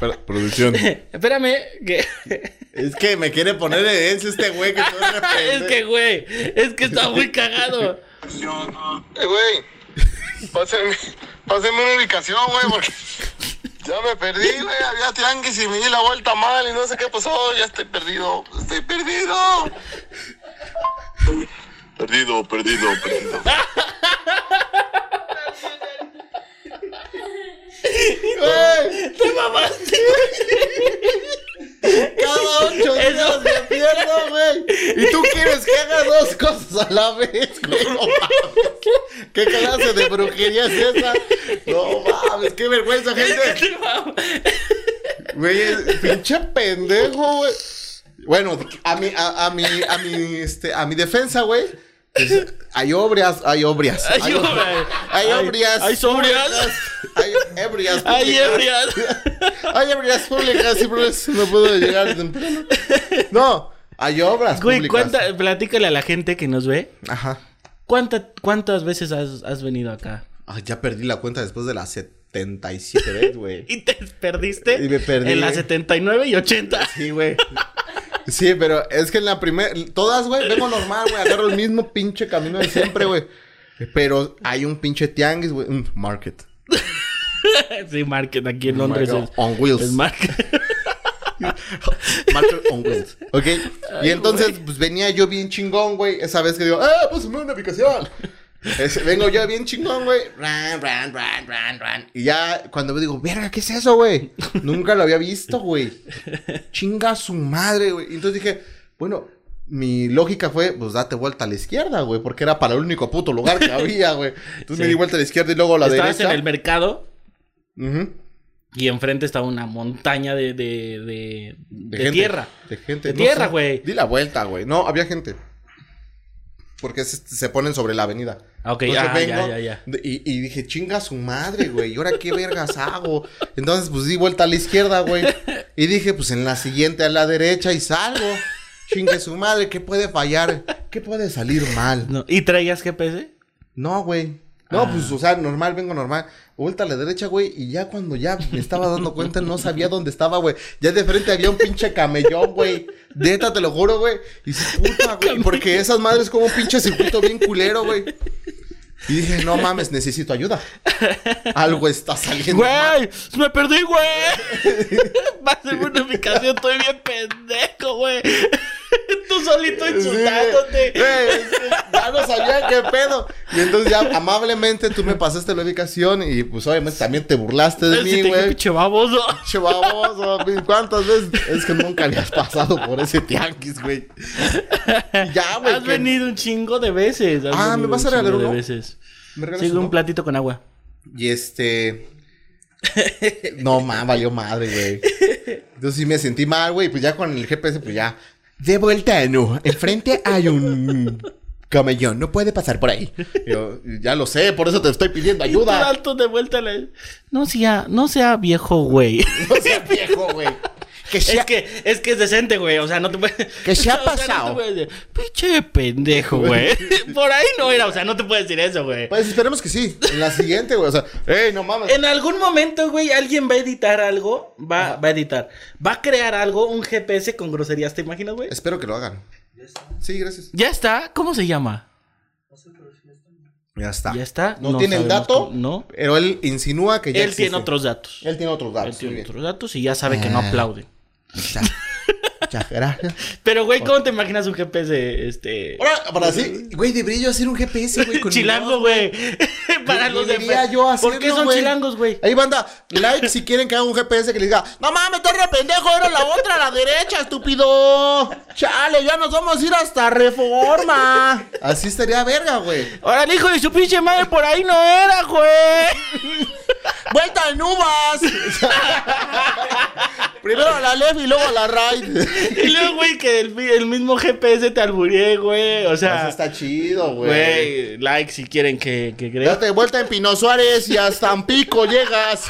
S4: Pero, producción.
S2: Espérame, que
S1: Es que me quiere poner en evidencia este güey que todo de repente-
S2: es que güey, es que está muy cagado.
S6: Eh, güey, pásenme, pásenme una ubicación, güey, porque ya me perdí, güey. Había tianguis y me di la vuelta mal y no sé qué pasó. Ya estoy perdido, estoy perdido. Perdido, perdido, perdido.
S1: Güey,
S2: Te mamaste.
S1: cada ocho días me pierdo, güey. Y tú quieres que haga dos cosas a la vez, güey. No mames. ¿Qué clase de brujería es esa? No mames, qué vergüenza, gente.
S2: Te mamaste.
S1: Güey, es- pinche pendejo, güey. Bueno, a mi, a, a mi, a mi, este, a mi defensa, güey. pues, Hay obrias, hay obrias.
S2: Ay,
S1: Hay,
S2: hombre.
S1: obrias. Hay obrias.
S2: Hay sobrias.
S1: Hay ebrias.
S2: Hay
S1: públicas.
S2: ebrias.
S1: Hay obras públicas y por eso no puedo llegar temprano. No, hay obras
S2: Güey,
S1: públicas.
S2: cuánta, platícale a la gente que nos ve.
S1: Ajá.
S2: ¿Cuánta, ¿Cuántas veces has, has venido acá?
S1: Ay, Ah, ya perdí la cuenta después de las 77 veces, güey.
S2: Y te perdiste
S1: Y me perdí.
S2: en las 79 y 80.
S1: Sí, güey. Sí, pero es que en la primera... Todas, güey, vengo normal, güey. Agarro el mismo pinche camino de siempre, güey. Pero hay un pinche tianguis, güey. Un market.
S2: Sí, market aquí en Londres.
S1: Market
S2: Es,
S1: on wheels.
S2: es market.
S1: Market on wheels. ¿Ok? y entonces, pues venía yo bien chingón, güey. Esa vez que digo, ¡ah, pues una ubicación! Es- vengo yo bien chingón, güey. Ran, ran, ran, ran, ran. Y ya cuando me digo, verga, ¿qué es eso, güey? Nunca lo había visto, güey. Chinga su madre, güey. Y entonces dije, bueno, mi lógica fue, pues date vuelta a la izquierda, güey. Porque era para el único puto lugar que había, güey. Entonces me
S2: Sí.
S1: di vuelta a la izquierda y luego a la
S2: Estabas
S1: derecha.
S2: en el mercado
S1: Ujú.
S2: y enfrente estaba una montaña de, de, de, de
S1: gente,
S2: tierra.
S1: De gente.
S2: De tierra,
S1: sé.
S2: güey.
S1: Di la vuelta, güey. No, había gente. Porque se, se ponen sobre la avenida.
S2: Ah, ok.
S1: Entonces
S2: Ah,
S1: vengo
S2: ya, ya, ya.
S1: de- Y, y dije, chinga su madre, güey. ¿Y ahora qué vergas hago? Entonces, pues di vuelta a la izquierda, güey. Y dije, pues en la siguiente a la derecha y salgo. Chingue su madre, ¿qué puede fallar? ¿Qué puede salir mal?
S2: No, ¿Y traías GPS?
S1: No, güey. No,
S2: Ah.
S1: pues, o sea, normal, vengo normal. Vuelta a la derecha, güey. Y ya cuando ya me estaba dando cuenta, no sabía dónde estaba, güey. Ya de frente había un pinche camellón, güey. Neta, te lo juro, güey. Y dices, puta, güey. Porque esas madres como un pinche circuito bien culero, güey. Y dije, no mames, necesito ayuda. Algo está saliendo. mal.
S2: ¡Güey! ¡Me perdí, güey! Pásenme una ubicación, estoy bien pendejo, güey. Tú solito
S1: Sí, güey.
S2: insultándote.
S1: Güey, es que ya no sabía qué pedo. Y entonces ya amablemente tú me pasaste la ubicación y pues obviamente también te burlaste de
S2: Sí, te
S1: pues mí,
S2: dije,
S1: güey.
S2: pinche baboso.
S1: Che baboso, güey, ¿cuántas veces? Es que nunca habías pasado por ese tianguis, güey. Y Ya, Ah, güey.
S2: Has
S1: que-
S2: venido un chingo de veces. has
S1: Ah, ¿me
S2: venido
S1: vas
S2: un
S1: a regalar
S2: chingo de
S1: uno?
S2: veces.
S1: ¿Me regalas
S2: Sí,
S1: uno?
S2: un platito con agua.
S1: Y este. No, ma, valió madre, güey. Yo sí me sentí mal, güey. Pues ya con el GPS, pues ya. De vuelta, no. Enfrente hay un camellón. No puede pasar por ahí. Yo, ya lo sé, por eso te estoy pidiendo
S2: Y tú
S1: ayuda.
S2: alto de vuelta a la- No sea, no sea viejo, güey.
S1: No seas viejo, güey. Que sea
S2: Es que, es que es decente, güey. O sea, no te puedes.
S1: ¿Qué se ha
S2: O sea, no te
S1: pasado?
S2: puedes decir, Pinche pendejo, güey. Por ahí no era, o sea, no te puedes decir eso, güey.
S1: Pues esperemos que sí. En la siguiente, güey. O sea, ¡ey, no mames!
S2: En algún momento, güey, alguien va a editar algo. Va, va a editar. Va a crear algo, un GPS con groserías, ¿te imaginas, güey?
S1: Espero que lo hagan. Sí, gracias.
S2: Ya está. ¿Cómo se llama?
S1: Ya está.
S2: Ya está.
S1: Ah, No, tiene el
S2: sabemos
S1: dato,
S2: cómo- No.
S1: pero él insinúa que ya
S2: Él
S1: existe.
S2: tiene otros datos.
S1: Él tiene otros
S2: Él
S1: datos.
S2: tiene
S1: muy
S2: otros datos y ya sabe que no
S1: Ah.
S2: aplauden.
S1: bien. Ya, ya, gracias.
S2: Pero, güey, ¿cómo te imaginas un GPS, este...
S1: Ahora, para sí, güey, debería yo hacer un GPS, güey, con mi
S2: Chilango,
S1: voz.
S2: güey. para los de
S1: Debería yo
S2: ¿Por qué
S1: hacerlo,
S2: son
S1: güey.
S2: chilangos, güey?
S1: Ahí banda, like si quieren que haga un GPS que les diga, no mames, torre pendejo, era la otra, a la derecha, estúpido. Chale, ya nos vamos a ir hasta reforma. Así estaría verga, güey.
S2: Ahora el hijo de su pinche madre por ahí no era, güey.
S1: Vuelta en uvas. Primero a la left y luego a la right.
S2: Y luego, güey, que el, el mismo GPS te alburé, güey. O
S1: Eso
S2: sea,
S1: está chido, güey.
S2: güey, like si quieren que, que creen.
S1: Date vuelta en Pino Suárez y hasta Tampico llegas.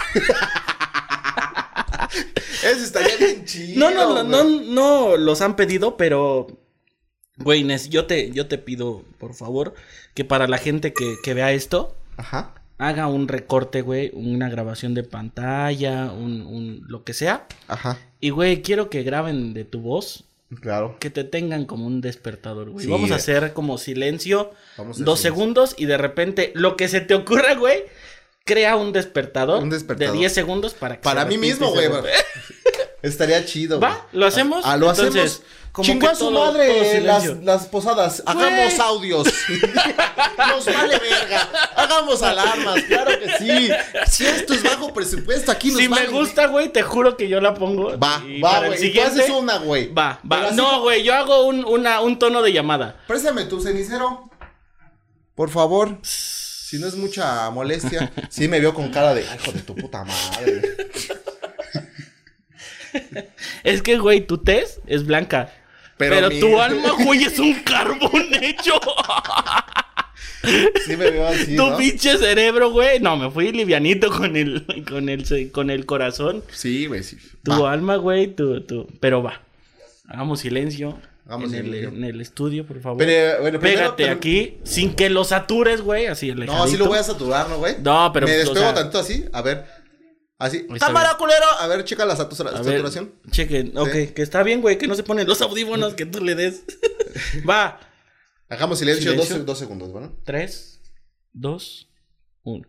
S1: Eso estaría bien chido.
S2: No, no, no,
S1: güey.
S2: no, no los han pedido, pero. Güey, Nes, yo te, yo te pido, por favor, que para la gente que, que vea esto,
S1: Ajá.
S2: haga un recorte, güey, una grabación de pantalla, un, un- lo que sea.
S1: Ajá.
S2: Y, güey, quiero que graben de tu voz,
S1: Claro.
S2: que te tengan como un despertador, güey.
S1: Sí,
S2: Vamos a
S1: güey.
S2: hacer como silencio,
S1: Vamos a hacer
S2: dos
S1: silencio.
S2: segundos, y de repente, lo que se te ocurra, güey, crea un despertador,
S1: Un despertador.
S2: de 10 segundos para que
S1: Para
S2: se
S1: mí
S2: repita y
S1: mismo,
S2: se
S1: güey.
S2: repita.
S1: Estaría chido, güey.
S2: ¿Va? ¿Lo hacemos?
S1: Ah, lo
S2: Entonces,
S1: hacemos.
S2: como
S1: Chingó
S2: que
S1: a su
S2: todo- todo
S1: madre las,
S2: silencio.
S1: las posadas. Hagamos audios. Nos vale verga. Hagamos alarmas, claro que sí. Si esto es bajo presupuesto, aquí nos
S2: Si me
S1: vale.
S2: gusta, güey, te juro que yo la pongo.
S1: Va,
S2: Y
S1: va,
S2: para el
S1: güey. Y tú haces
S2: siguiente-
S1: una, güey.
S2: Va,
S1: Pero
S2: va.
S1: así
S2: No, güey, yo hago un, una- un tono de llamada.
S1: Préstame tu cenicero. Por favor. Si no es mucha molestia. Sí me vio con cara de "Ay, hijo de tu puta madre.
S2: Es que, güey, tu tez es blanca. Pero,
S1: Pero mi-
S2: tu alma, güey, es un carbón hecho.
S1: Sí me vio así,
S2: tu
S1: ¿no?
S2: pinche cerebro, güey. No, me fui livianito con el, con el, con el corazón.
S1: Sí, güey, sí.
S2: Tu
S1: Va.
S2: alma, güey, tu, tu. Pero va. Hagamos silencio.
S1: Hagamos
S2: en,
S1: silencio.
S2: El, en el estudio, por favor.
S1: Pero, bueno, primero-
S2: Pégate
S1: pero-
S2: aquí sin que lo satures, güey. Así el
S1: No, así lo voy a saturar, ¿no, güey?
S2: No, pero, pues,
S1: Me
S2: o
S1: despego
S2: sea-
S1: tantito así, a ver. Así.
S2: Ahí está
S1: ¡Cámara,
S2: bien.
S1: culero! A ver, checa la satura-
S2: A ver,
S1: saturación.
S2: chequen, ok, que está bien, güey, que no se ponen los audífonos que tú le des. Va.
S1: Hagamos silencio,
S2: Silencio.
S1: Dos, dos segundos, ¿bueno?
S2: Tres, dos, uno.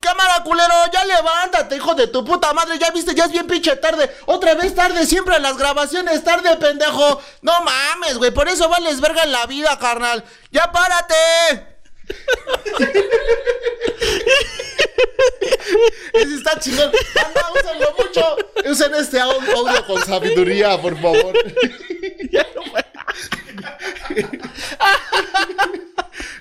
S1: ¡Cámara, culero! ¡Ya levántate, hijo de tu puta madre! ¡Ya viste! ¡Ya es bien pinche tarde! ¡Otra vez tarde! ¡Siempre en las grabaciones tarde, pendejo! ¡No mames, güey! ¡Por eso vales verga en la vida, carnal! ¡Ya párate! Ese está chingón. Anda, úsenlo mucho. Usen este au- audio con sabiduría, por favor.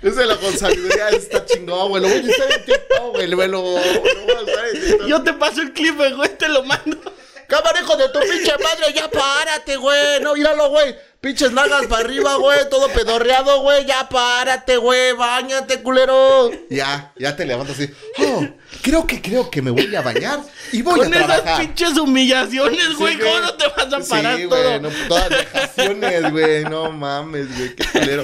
S1: Úsenlo con sabiduría. Ese está chingón, güey. Lo voy a usar en TikTok, güey. Lo, lo- lo voy a usar en TikTok.
S2: Yo te paso el clip, güey, te lo mando.
S1: Cámara, hijo de tu pinche madre, ya párate, güey. No, míralo, güey. Pinches nagas para arriba, güey. Todo pedorreado, güey. Ya párate, güey. Báñate, culero. Ya, ya te levantas así. Oh, creo que, creo que me voy a bañar y voy
S2: Con
S1: a
S2: esas
S1: trabajar.
S2: pinches humillaciones, güey,
S1: Sí,
S2: ¿cómo no te vas a parar
S1: Sí,
S2: todo?
S1: güey. No, todas dejaciones, güey. No mames, güey. Qué culero.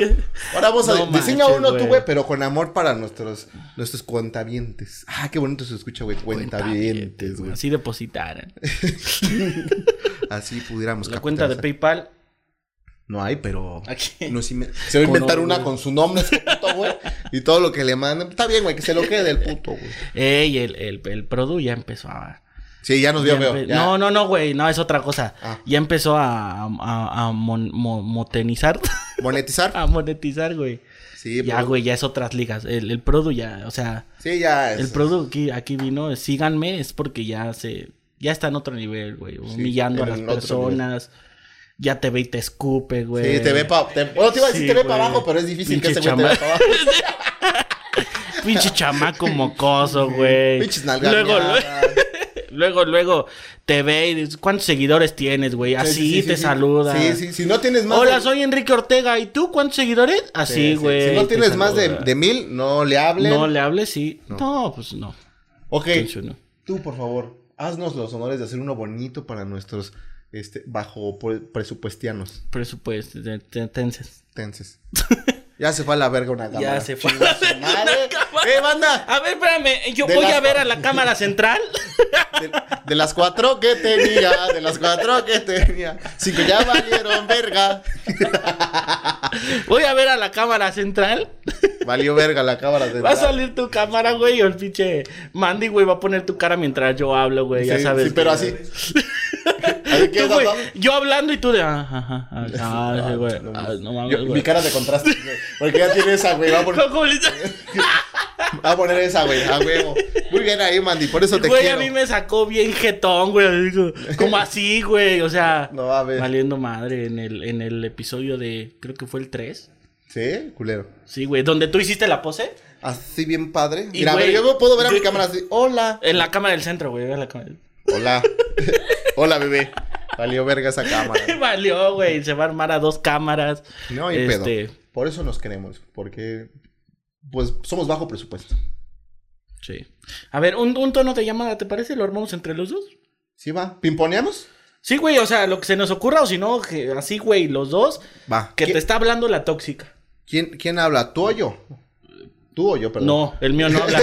S1: Ahora vamos a...
S2: No
S1: diseña
S2: manches,
S1: uno tú,
S2: güey.
S1: güey, pero con amor para nuestros, nuestros cuentavientes. Ah, qué bonito se escucha, güey. Cuentavientes, güey.
S2: Así depositaran.
S1: Así pudiéramos
S2: La cuenta de
S1: capitalizar.
S2: PayPal.
S1: No hay, pero.
S2: Aquí.
S1: no, sí me- Se va a
S2: Con
S1: inventar
S2: orgullo.
S1: una con su nombre, ese puto, güey. Y todo lo que le mandan. Está bien, güey, que se lo quede el puto, güey.
S2: Ey, el, el, el Produ ya empezó a.
S1: Sí, ya nos vio,
S2: ya
S1: Pues veo.
S2: empe-
S1: ya.
S2: No, no, no, güey, no, es otra cosa.
S1: Ah.
S2: Ya empezó a, a, a- a mon- mo- motenizar,
S1: Monetizar.
S2: a monetizar, güey.
S1: Sí,
S2: Ah, Ya,
S1: pero-
S2: güey, ya es otras ligas. El, el Produ ya, o sea,
S1: Sí, ya. es-
S2: el Produ aquí, aquí vino, síganme, es porque ya se, ya está en otro nivel, güey. Humillando a
S1: en
S2: las
S1: otro
S2: personas. Ya te ve y te escupe, güey.
S1: Sí, te ve para. Te... Bueno, te iba a decir
S2: Sí,
S1: te ve
S2: güey.
S1: para abajo, pero es difícil que
S2: Pinche
S1: ese güey te vea
S2: chama-
S1: para abajo.
S2: Pinche chamaco mocoso, güey.
S1: Pinches nalgas.
S2: Luego, lue- luego, luego te ve y dices, ¿cuántos seguidores tienes, güey? Así te saluda.
S1: Sí, sí, si no tienes más.
S2: Hola,
S1: de-
S2: soy Enrique Ortega. ¿Y tú cuántos seguidores?
S1: Sí,
S2: Así,
S1: sí.
S2: güey.
S1: Si no
S2: te
S1: tienes más de,
S2: saluda.
S1: de mil, no le hables.
S2: No le hables, sí. No, pues no.
S1: Ok.
S2: Entonces, no.
S1: Tú, por favor, haznos los honores de hacer uno bonito para nuestros este, bajo pre- presupuestianos.
S2: Presupuesto, de- de- tenses.
S1: Tenses. ya se fue a la verga una cámara.
S2: se fue.
S1: Chinga su madre. ¡Eh, banda!
S2: A ver, espérame. Yo
S1: De
S2: voy
S1: las-
S2: a ver a la cámara central.
S1: De, de las cuatro que tenía, de las cuatro que tenía, cinco ya valieron verga.
S2: Voy a ver a la cámara central.
S1: Valió verga la cámara. de
S2: Va a salir tu cámara, güey. O el pinche Mandy, güey, va a poner tu cara mientras yo hablo, güey.
S1: Sí,
S2: ya sabes.
S1: sí, pero
S2: güey.
S1: así. Así que,
S2: Tú,
S1: o sea,
S2: güey,
S1: vamos-
S2: yo hablando y tú de. Ajá, ajá, ajá, ah, sí, güey.
S1: no,
S2: Ah, No
S1: Yo-
S2: mames,
S1: mi
S2: güey.
S1: cara de contraste, güey, Porque ya tiene esa, güey. Va a poner-
S2: Coco, ahorita-
S1: a poner esa, güey, a huevo. Muy bien ahí, Mandy, por eso te
S2: Güey,
S1: quiero.
S2: a mí me sacó bien jetón, güey. digo, Como así, güey. O sea,
S1: No, a ver.
S2: valiendo madre en el, en el episodio de, creo que fue el 3.
S1: ¿Sí? Culero.
S2: Sí, güey, donde tú hiciste la pose.
S1: Así bien padre.
S2: Y,
S1: Mira, a ver,
S2: güey,
S1: yo me puedo ver a
S2: yo-
S1: mi cámara así. Hola.
S2: En la cámara del centro, güey. en la cámara del-
S1: Hola. Hola, bebé. Valió verga esa cámara.
S2: Valió, güey. Se va a armar a dos cámaras.
S1: No hay
S2: Este-
S1: pedo. Por eso nos queremos, porque pues somos bajo presupuesto.
S2: Sí. A ver, un, un tono de llamada, ¿te parece? ¿Lo armamos entre los dos?
S1: ¿Sí va? ¿Pimponeamos?
S2: Sí, güey, o sea, lo que se nos ocurra o si no, que así, güey, los dos,
S1: Va.
S2: que
S1: ¿Qui-
S2: te está hablando la tóxica.
S1: ¿Quién, quién habla? ¿Tú o yo? Tú o yo, perdón.
S2: No, el mío no habla.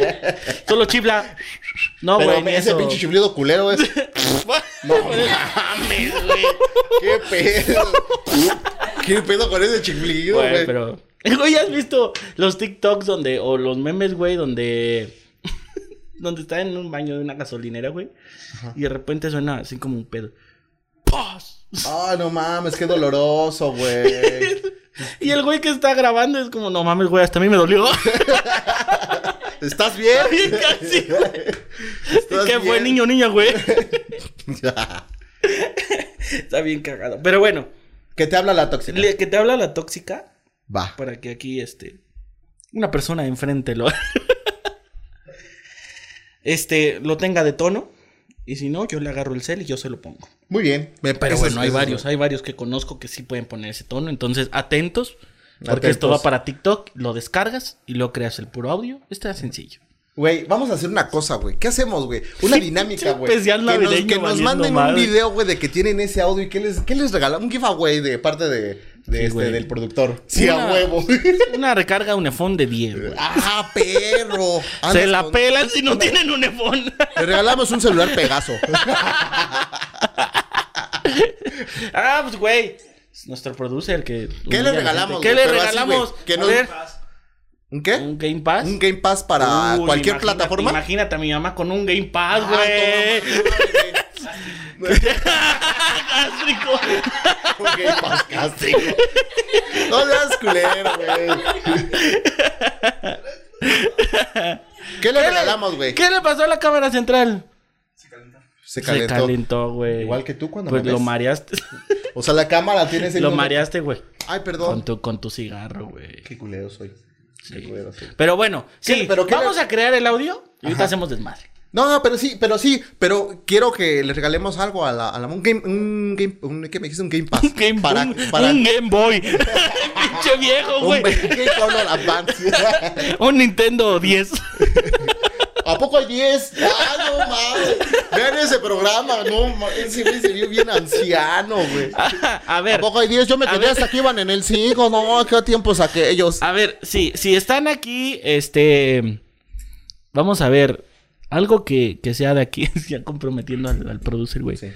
S2: Solo chifla. No,
S1: Pero
S2: güey, ni
S1: ese
S2: eso.
S1: pinche chiflido culero es. No
S2: mames, güey.
S1: ¿Qué pedo? ¿Qué pedo con ese chiflido,
S2: Güey,
S1: güey?
S2: pero... Güey, ¿has visto los TikToks donde... o los memes, güey, donde... donde está en un baño de una gasolinera, güey. Y de repente suena así como un pedo. ¡Pos!
S1: Ah, no mames, qué doloroso, güey.
S2: Y el güey que está grabando es como, no mames, güey, hasta a mí me dolió.
S1: ¿Estás bien?
S2: Bien casi, güey.
S1: ¿Estás
S2: ¿Qué fue,
S1: bien?
S2: niño, niña, güey? Está bien cagado. Pero bueno,
S1: ¿Qué te habla la tóxica?
S2: le- que te habla la tóxica
S1: Va.
S2: para que aquí, este... Una persona de enfrente lo... este, lo tenga de tono. Y si no, yo le agarro el cel y yo se lo pongo.
S1: Muy bien. Me
S2: Pero
S1: parece-
S2: bueno, hay
S1: eso-
S2: varios, ¿eh? hay varios que conozco que sí pueden poner ese tono. Entonces, atentos. Porque esto
S1: Atentos.
S2: va para TikTok, lo descargas y lo creas el puro audio. Está sencillo.
S1: Güey, vamos a hacer una cosa, güey. ¿Qué hacemos, güey? Una dinámica, güey.
S2: Especial
S1: que nos,
S2: pues, navideño
S1: que nos
S2: valiendo
S1: manden un
S2: madre.
S1: video, güey, de que tienen ese audio y que les, que les regalamos. Un giveaway de parte de, de
S2: Sí,
S1: este,
S2: güey.
S1: del productor. Sí,
S2: Una-
S1: a huevo.
S2: Una recarga Unefón de 10. güey.
S1: ¡Ah, perro!
S2: Se
S1: Andas
S2: la
S1: con-
S2: pelan si no tienen Unefón.
S1: Le regalamos un celular Pegaso.
S2: ah, pues güey. Es nuestro producer que.
S1: ¿Qué le regalamos,
S2: ¿Qué
S1: güey?
S2: le
S1: Pero así,
S2: regalamos?
S1: güey, que
S2: A
S1: no-
S2: ver,
S1: ¿Un qué?
S2: un Game Pass.
S1: Un Game Pass para
S2: Uy,
S1: cualquier
S2: imagínate-
S1: plataforma.
S2: Imagínate a mi mamá con un Game Pass,
S1: Ah,
S2: güey.
S1: toma.
S2: Gástrico.
S1: Un Game Pass castigo. No seas culero, güey. ¿Qué le regalamos, güey?
S2: ¿Qué le pasó a la cámara central?
S1: Se
S2: Se calentó, güey.
S1: Igual que tú cuando
S2: Pues
S1: me
S2: lo
S1: ves.
S2: mareaste.
S1: O sea, la cámara tiene ese
S2: lo
S1: mismo-
S2: mareaste, güey.
S1: Ay,
S2: Con
S1: perdón.
S2: tu, con tu cigarro, güey.
S1: Qué culero soy. Qué
S2: Sí.
S1: culero soy.
S2: Pero bueno, sí,
S1: pero qué le-
S2: vamos a crear el audio y ahorita hacemos desmadre.
S1: No, no, pero sí, pero sí, pero quiero que le regalemos algo a la, a la un game, un game, un, ¿qué me dijiste? Un Game Pass.
S2: Un Game,
S1: para,
S2: un-
S1: para,
S2: un Game Boy. Pinche viejo,
S1: un
S2: güey.
S1: Game Color Advance.
S2: Un Nintendo 10.
S1: ¿A poco hay 10? Ah, no mames. Vean ese programa, no mames. Ese güey se vio bien anciano, güey.
S2: a
S1: ¿A
S2: ver,
S1: poco hay 10? Yo me
S2: A
S1: quedé
S2: ver.
S1: hasta que iban en el 5, no, qué tiempos aquellos.
S2: a ver, sí, si están aquí, este. Vamos a ver. Algo que, que sea de aquí, ya comprometiendo al, al producer, güey.
S1: Sí.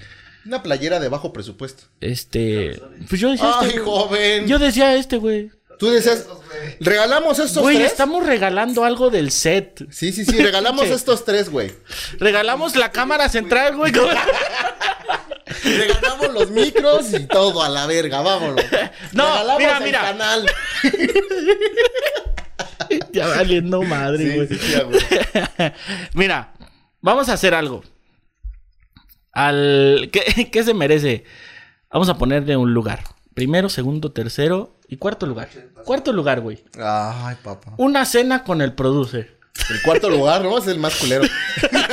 S1: Una playera de bajo presupuesto.
S2: Este. Pues yo decía
S1: Ay,
S2: este. güey.
S1: joven.
S2: Yo decía este, güey.
S1: Tú decías, regalamos estos
S2: Güey,
S1: tres.
S2: estamos regalando algo del set.
S1: Sí, sí, sí, regalamos
S2: Sí.
S1: estos tres, güey.
S2: Regalamos la cámara central, güey.
S1: Regalamos los micros y todo a la verga, vámonos.
S2: No,
S1: regalamos
S2: mira,
S1: el
S2: mira.
S1: canal.
S2: ya valiendo madre,
S1: Sí,
S2: güey.
S1: sí, sí, a huevo.
S2: Mira, vamos a hacer algo. Al ¿qué, qué se merece? Vamos a ponerle un lugar. Primero, segundo, tercero y cuarto lugar. Cuarto lugar, güey.
S1: Ay, papá.
S2: Una cena con el producer.
S1: El cuarto lugar, ¿no? Es el más culero.
S5: Esta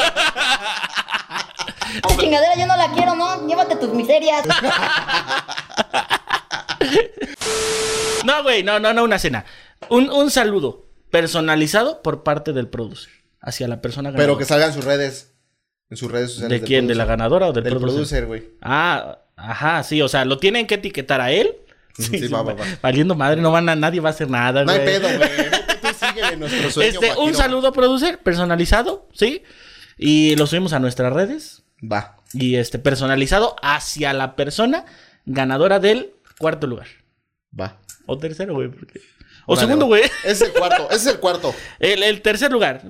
S5: chingadera yo no la quiero, ¿no? Llévate tus miserias.
S2: No, güey, no, no, no, una cena. Un, un saludo personalizado por parte del producer hacia la persona ganadora.
S1: Pero que salgan sus redes. En sus redes sociales.
S2: ¿De quién? ¿De la
S1: ganadora?
S2: ganadora o del,
S1: Del
S2: producer?
S1: producer, güey.
S2: Ah, ajá, sí, o sea, lo tienen que etiquetar a él.
S1: Sí, va, va, va.
S2: Valiendo madre, no van a, nadie va a hacer nada,
S1: No hay
S2: güey.
S1: pedo, güey. Tú síguele nuestro sueño.
S2: Este, un
S1: vaquero.
S2: saludo producer personalizado, ¿sí? Y lo subimos a nuestras redes
S1: Va.
S2: y este personalizado hacia la persona ganadora del cuarto lugar
S1: Va.
S2: o tercero, güey, porque- o
S1: Órale,
S2: segundo,
S1: va.
S2: güey.
S1: Es el cuarto, es el cuarto.
S2: El, el tercer lugar,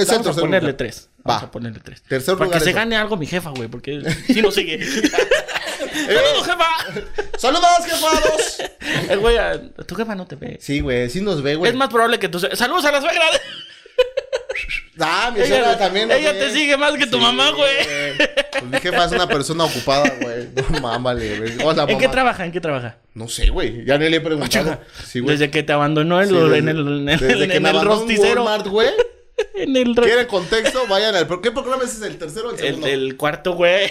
S1: Es el
S2: vamos a
S1: tercer
S2: ponerle
S1: lugar.
S2: tres.
S1: Va.
S2: Vamos a ponerle tres.
S1: Tercer
S2: Para
S1: lugar
S2: que se
S1: eso.
S2: gane algo mi jefa, güey, porque si no sigue. ¡Saludos, jefa!
S1: ¡Saludos, jefados!
S2: El güey, ah, tu jefa no te ve.
S1: Sí, güey, sí nos ve, güey.
S2: Es más probable que tú... ¡Saludos a la suegra!
S1: Ah, mi
S2: Ella,
S1: suegra también.
S2: ella
S1: güey.
S2: te sigue más que tu
S1: Sí,
S2: mamá, güey.
S1: Pues mi jefa es una persona ocupada, güey. No mámale, güey. Hola,
S2: ¿En qué
S1: mamá.
S2: trabaja? ¿En qué trabaja?
S1: No sé, güey. Ya ni le he preguntado. Sí, güey.
S2: Desde que te abandonó el-
S1: Sí, desde-
S2: en el, en el-
S1: desde
S2: en
S1: que me
S2: el
S1: abandonó un
S2: rosticero.
S1: Walmart, güey.
S2: En el, ro-
S1: ¿Quieren contexto? Vayan al... ¿Qué programa es ese? ¿El tercero o el
S2: el,
S1: segundo?
S2: el cuarto, güey.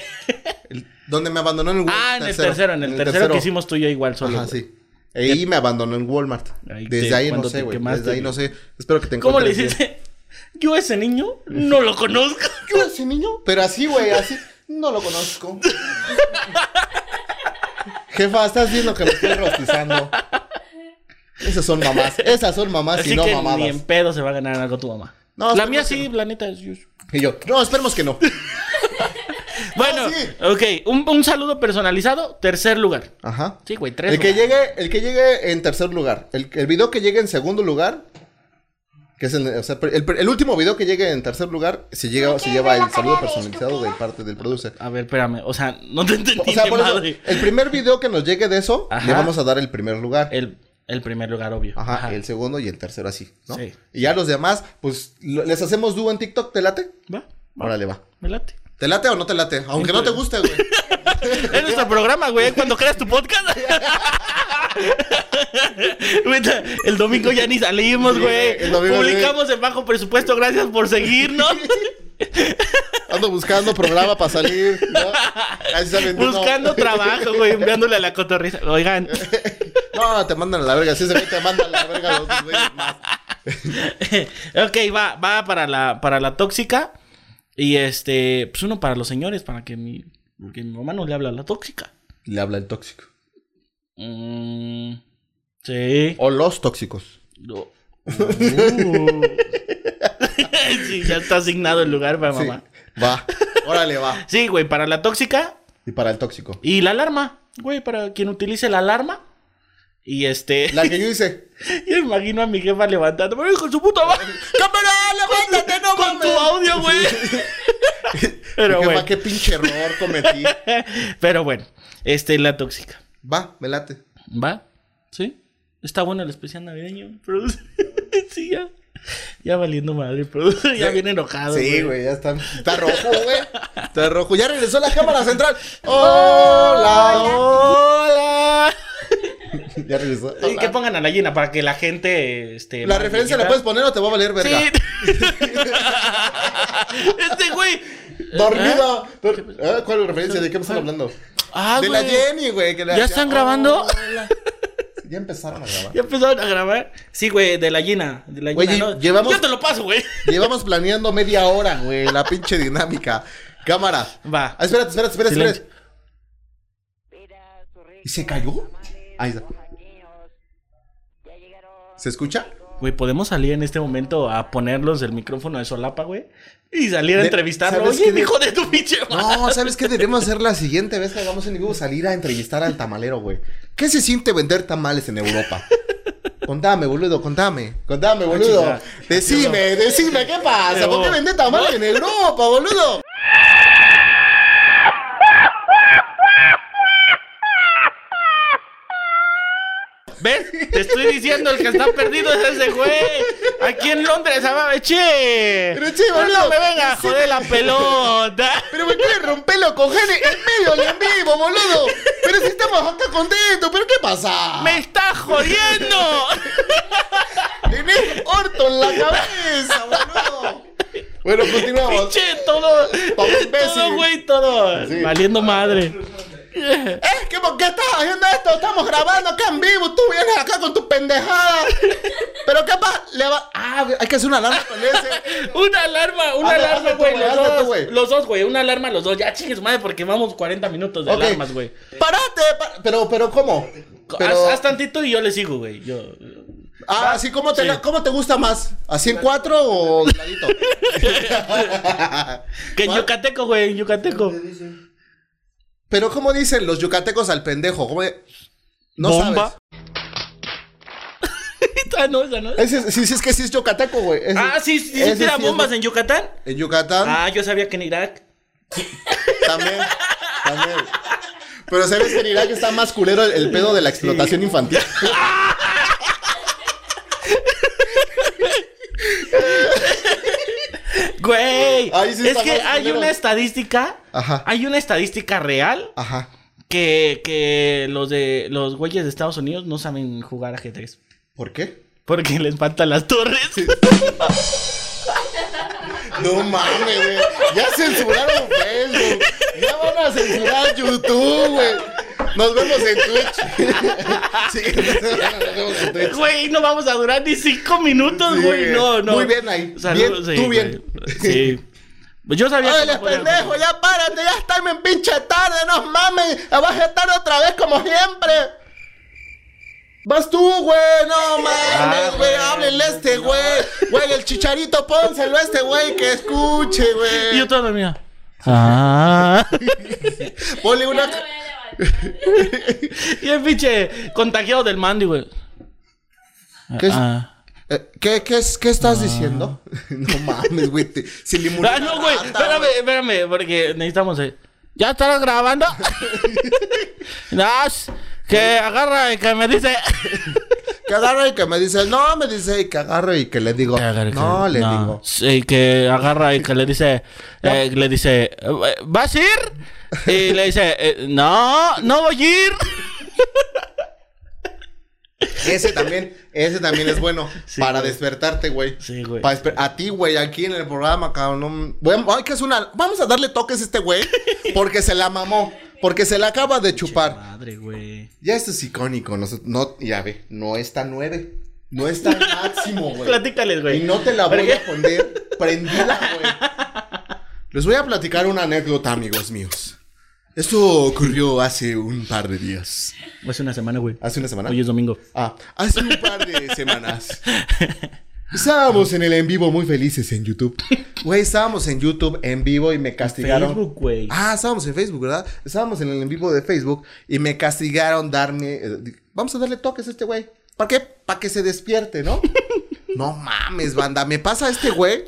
S1: El- Donde me abandonó en el Walmart.
S2: Ah, en el tercero, en el tercero que hicimos tú y yo igual solo.
S1: Ajá,
S2: güey.
S1: sí. Ahí me abandonó en Walmart.
S2: Ahí te-
S1: Desde ahí no
S2: cuando
S1: sé,
S2: te
S1: güey.
S2: quemaste,
S1: Desde ahí
S2: güey.
S1: no sé. Espero que te encuentres
S2: ¿Cómo le
S1: bien.
S2: dices? Yo a ese niño no lo conozco.
S1: Yo a ese niño, pero así, güey, así, no lo conozco. Jefa, estás viendo que me estoy rostizando. Esas son mamás, esas son mamás
S2: Así
S1: y Ah, no
S2: que ni en
S1: mamadas.
S2: pedo se va a ganar algo tu mamá.
S1: No,
S2: la
S1: espero
S2: mía
S1: que
S2: sí,
S1: no.
S2: la neta. es-
S1: Y yo, no, esperemos que no.
S2: Bueno,
S1: Ah, sí.
S2: ok, un, un saludo personalizado, tercer lugar.
S1: Ajá.
S2: Sí, güey, tres.
S1: El que
S2: lugar.
S1: llegue, el que llegue en tercer lugar, el, el video que llegue en segundo lugar, que es el, o sea, el, el último video que llegue en tercer lugar, se, llega, se lleva el saludo personalizado de parte del producer.
S2: A ver, espérame, o sea, no te entendí
S1: O sea,
S2: de
S1: por eso,
S2: madre.
S1: el primer video que nos llegue de eso,
S2: Ajá.
S1: le vamos a dar el primer lugar.
S2: El, el primer lugar, obvio.
S1: Ajá, el segundo y el tercero así, ¿no?
S2: Sí.
S1: Y ya los demás, pues lo- les hacemos dúo en TikTok, ¿te late?
S2: Va,
S1: Órale, va.
S2: me late.
S1: ¿Te late o no te late? Aunque no te guste, güey.
S2: Es nuestro programa, güey. Cuando creas tu podcast. Neta, El domingo ya ni salimos,
S1: Sí,
S2: güey.
S1: el domingo,
S2: Publicamos en bajo presupuesto. Gracias por seguirnos.
S1: Ando buscando programa para salir, ¿no? Ahí salen de uno.
S2: Buscando trabajo, güey. Enviándole a la cotorriza. Oigan,
S1: No, te mandan a la verga. Sí, se ve que te mandan a la verga los güeyes más.
S2: ok, va, va para la, para la tóxica. Y este, pues uno para los señores, para que mi, porque mi mamá no le habla a la tóxica.
S1: Le habla el tóxico.
S2: Mm, sí. Uh.
S1: O los tóxicos.
S2: No. sí, ya está asignado el lugar para
S1: Sí.
S2: mamá.
S1: Va. Órale, va.
S2: Sí, güey, para la tóxica
S1: Y para el tóxico.
S2: y la alarma. Güey, para quien utilice la alarma. Y este.
S1: La que yo hice.
S2: Yo imagino a mi jefa levantando. ¡Pero hijo de su puta madre!
S1: ¡Cámara, levántate, no
S2: Con tu audio, güey. Pero
S1: Pero,
S2: bueno.
S1: qué pinche error cometí.
S2: Pero bueno, este, la tóxica.
S1: Va, me late.
S2: ¿Va? ¿Sí? Está bueno el especial navideño. pero- sí, ya. Ya valiendo madre, pero ya
S1: Sí.
S2: viene enojado.
S1: Sí, Ah, güey, ya está. Está rojo, güey. Está rojo. Ya regresó la cámara central. ¡Hola!
S2: ¡Hola!
S1: Ya regresó.
S2: Y que
S1: Hola.
S2: pongan a la llena para que la gente. Este,
S1: La
S2: más
S1: referencia la
S2: viejita-
S1: puedes poner o te va a valer verga.
S2: Sí. este güey.
S1: Dormido. Dor- ¿Ah? ¿Cuál referencia? ¿De qué me están hablando?
S2: Ah,
S1: de
S2: güey.
S1: la Jenny, güey. que la- "Oh,
S2: ¿Ya están grabando?
S1: Hola. Ya empezaron a grabar.
S2: Ya empezaron a grabar. Sí, güey, de la llena. De la
S1: Güey,
S2: Gina,
S1: lle-
S2: ¿no?
S1: llevamos-
S2: Yo te lo paso, güey.
S1: Llevamos planeando media hora, güey. La pinche dinámica. Cámara.
S2: Va.
S1: Ah, espérate, espérate, espérate,
S2: Silencio.
S1: espérate. ¿Y se cayó? Ahí está. ¿Se escucha?
S2: Güey, ¿podemos salir en este momento a ponerlos el micrófono de solapa, güey? Y salir a
S1: De-
S2: entrevistarlo.
S1: ¿sabes
S2: Oye,
S1: qué de-
S2: hijo de tu pinche madre.
S1: No, ¿sabes qué? Debemos hacer la siguiente vez que hagamos en vivo salir a entrevistar al tamalero, güey. ¿Qué se siente vender tamales en Europa? Contame, boludo, contame. Contame, boludo.
S2: Ah, chinga.
S1: Decime, decime, ¿qué pasa?
S2: Pero
S1: ¿Por qué
S2: vos-
S1: vender tamales en Europa, boludo?
S2: ¿Ves? Te estoy diciendo, el que está perdido es ese güey. Aquí en Londres, a che.
S1: Pero che,
S2: No
S1: boludo.
S2: me venga a
S1: Sí.
S2: joder la pelota.
S1: Pero me quiere romperlo con genes en medio del en vivo, boludo. Pero si estamos acá contentos, ¿pero qué pasa?
S2: ¡Me estás jodiendo!
S1: Tenés orto en la cabeza, boludo. Bueno, continuamos.
S2: ¡Pinche todo!
S1: Papá imbécil.
S2: Todo, güey, todo.
S1: Sí.
S2: Valiendo madre.
S1: ¿Eh? ¿Qué, ¿Por qué estás haciendo esto? Estamos grabando acá en vivo. Tú vienes acá con tus pendejadas. Pero qué pasa. Le va... Ah, hay que hacer una alarma con ese.
S2: Una alarma, una
S1: Hazle-
S2: alarma,
S1: hazle tú,
S2: güey.
S1: güey,
S2: Los,
S1: hazle tú,
S2: dos,
S1: güey.
S2: los dos, güey. Una alarma, los dos. Ya chingues madre, porque vamos 40 minutos de
S1: Ok.
S2: alarmas, güey.
S1: Parate. pa- Pero, pero, ¿cómo? Pero...
S2: Haz, haz tantito y yo le sigo, güey. Yo.
S1: Ah, así, ¿cómo te,
S2: Sí.
S1: la- ¿cómo te gusta más? ¿Así en cuatro o de ladito?
S2: Que en Yucateco, güey, en Yucateco.
S1: Pero, ¿cómo dicen los yucatecos al pendejo? ¿Cómo de- No
S2: Bomba.
S1: sabes.
S2: ah, no, esa no.
S1: Ese, es- sí, sí, es que sí es yucateco, güey. Ese-
S2: Ah, sí, sí,
S1: ese
S2: sí tiran
S1: es
S2: bombas
S1: de-
S2: en Yucatán.
S1: En Yucatán.
S2: Ah, yo sabía que en Irak.
S1: También, también. Pero sabes que en Irak está más culero el, el pedo de la explotación infantil.
S2: Güey,
S1: Ahí sí
S2: es
S1: está
S2: que
S1: más
S2: hay
S1: culero.
S2: una estadística,
S1: Ajá.
S2: hay una estadística real
S1: Ajá.
S2: que, que los de los güeyes de Estados Unidos no saben jugar ajedrez.
S1: ¿Por qué?
S2: Porque les faltan las torres.
S1: No mames, güey. Ya censuraron Facebook. Ya van a censurar YouTube, güey. Nos vemos en Twitch. sí, nos vemos en Twitch.
S2: Güey, no vamos a durar ni cinco minutos,
S1: Sí,
S2: güey. No, no.
S1: muy bien ahí.
S2: Saludos,
S1: Bien, tú
S2: güey.
S1: bien.
S2: Sí. Pues yo sabía
S1: ¡Oye,
S2: no podía-
S1: pendejo! ¡Ya párate! ¡Ya está en pinche tarde! ¡No mames! ¡Vas a estar otra vez como siempre! ¡Vas tú, güey! ¡No mames, Ah, güey! ¡Háblele a este, güey! ¡Güey, el chicharito pónselo a este, güey! ¡Que escuche,
S2: Y yo
S1: güey!
S2: todo dormido. Ah.
S1: Ponle una...
S2: y el pinche contagiado del Mandy, güey.
S1: ¿Qué es?
S2: Ah.
S1: Eh, ¿Qué, qué, es- qué estás diciendo? no mames, güey. te- Se le murió
S2: Ah,
S1: una
S2: no, güey.
S1: rata,
S2: Espérame, espérame, porque necesitamos. eh, ¿Ya estarás grabando? Nas, que agarra y que me dice.
S1: Que agarra y que me dice... No, me dice... Y que agarra y que le digo... No, le digo...
S2: Sí, que agarra y que le dice. eh, le dice, eh, ¿vas a ir? Y le dice, eh, no, no voy a ir.
S1: Ese también, ese también es bueno para despertarte, güey.
S2: Sí, güey.
S1: Pa' desper- a ti, güey, aquí en el programa, cabrón. no- Bueno, hay que hacer una. Vamos a darle toques a este güey porque se la mamó, porque se la acaba de chupar.
S2: Madre, güey.
S1: Ya esto es icónico, no, no- ya ve, no está nueve, no está al máximo, güey.
S2: Platícales, güey.
S1: Y no te la
S2: ¿Por
S1: voy
S2: qué?
S1: a poner prendida, güey. Les voy a platicar una anécdota, amigos míos. Esto ocurrió hace un par de días.
S2: Hace una semana, güey.
S1: ¿Hace una semana?
S2: Hoy es domingo.
S1: Ah, hace un par de semanas. Estábamos en el en vivo muy felices en YouTube. Güey, estábamos en YouTube en vivo y me castigaron.
S2: Facebook, güey.
S1: Ah, estábamos en Facebook, ¿verdad? Estábamos en el en vivo de Facebook y me castigaron darme. eh, di- Vamos a darle toques a este güey. ¿Para qué? Para que se despierte, ¿no? No mames, banda. Me pasa este güey.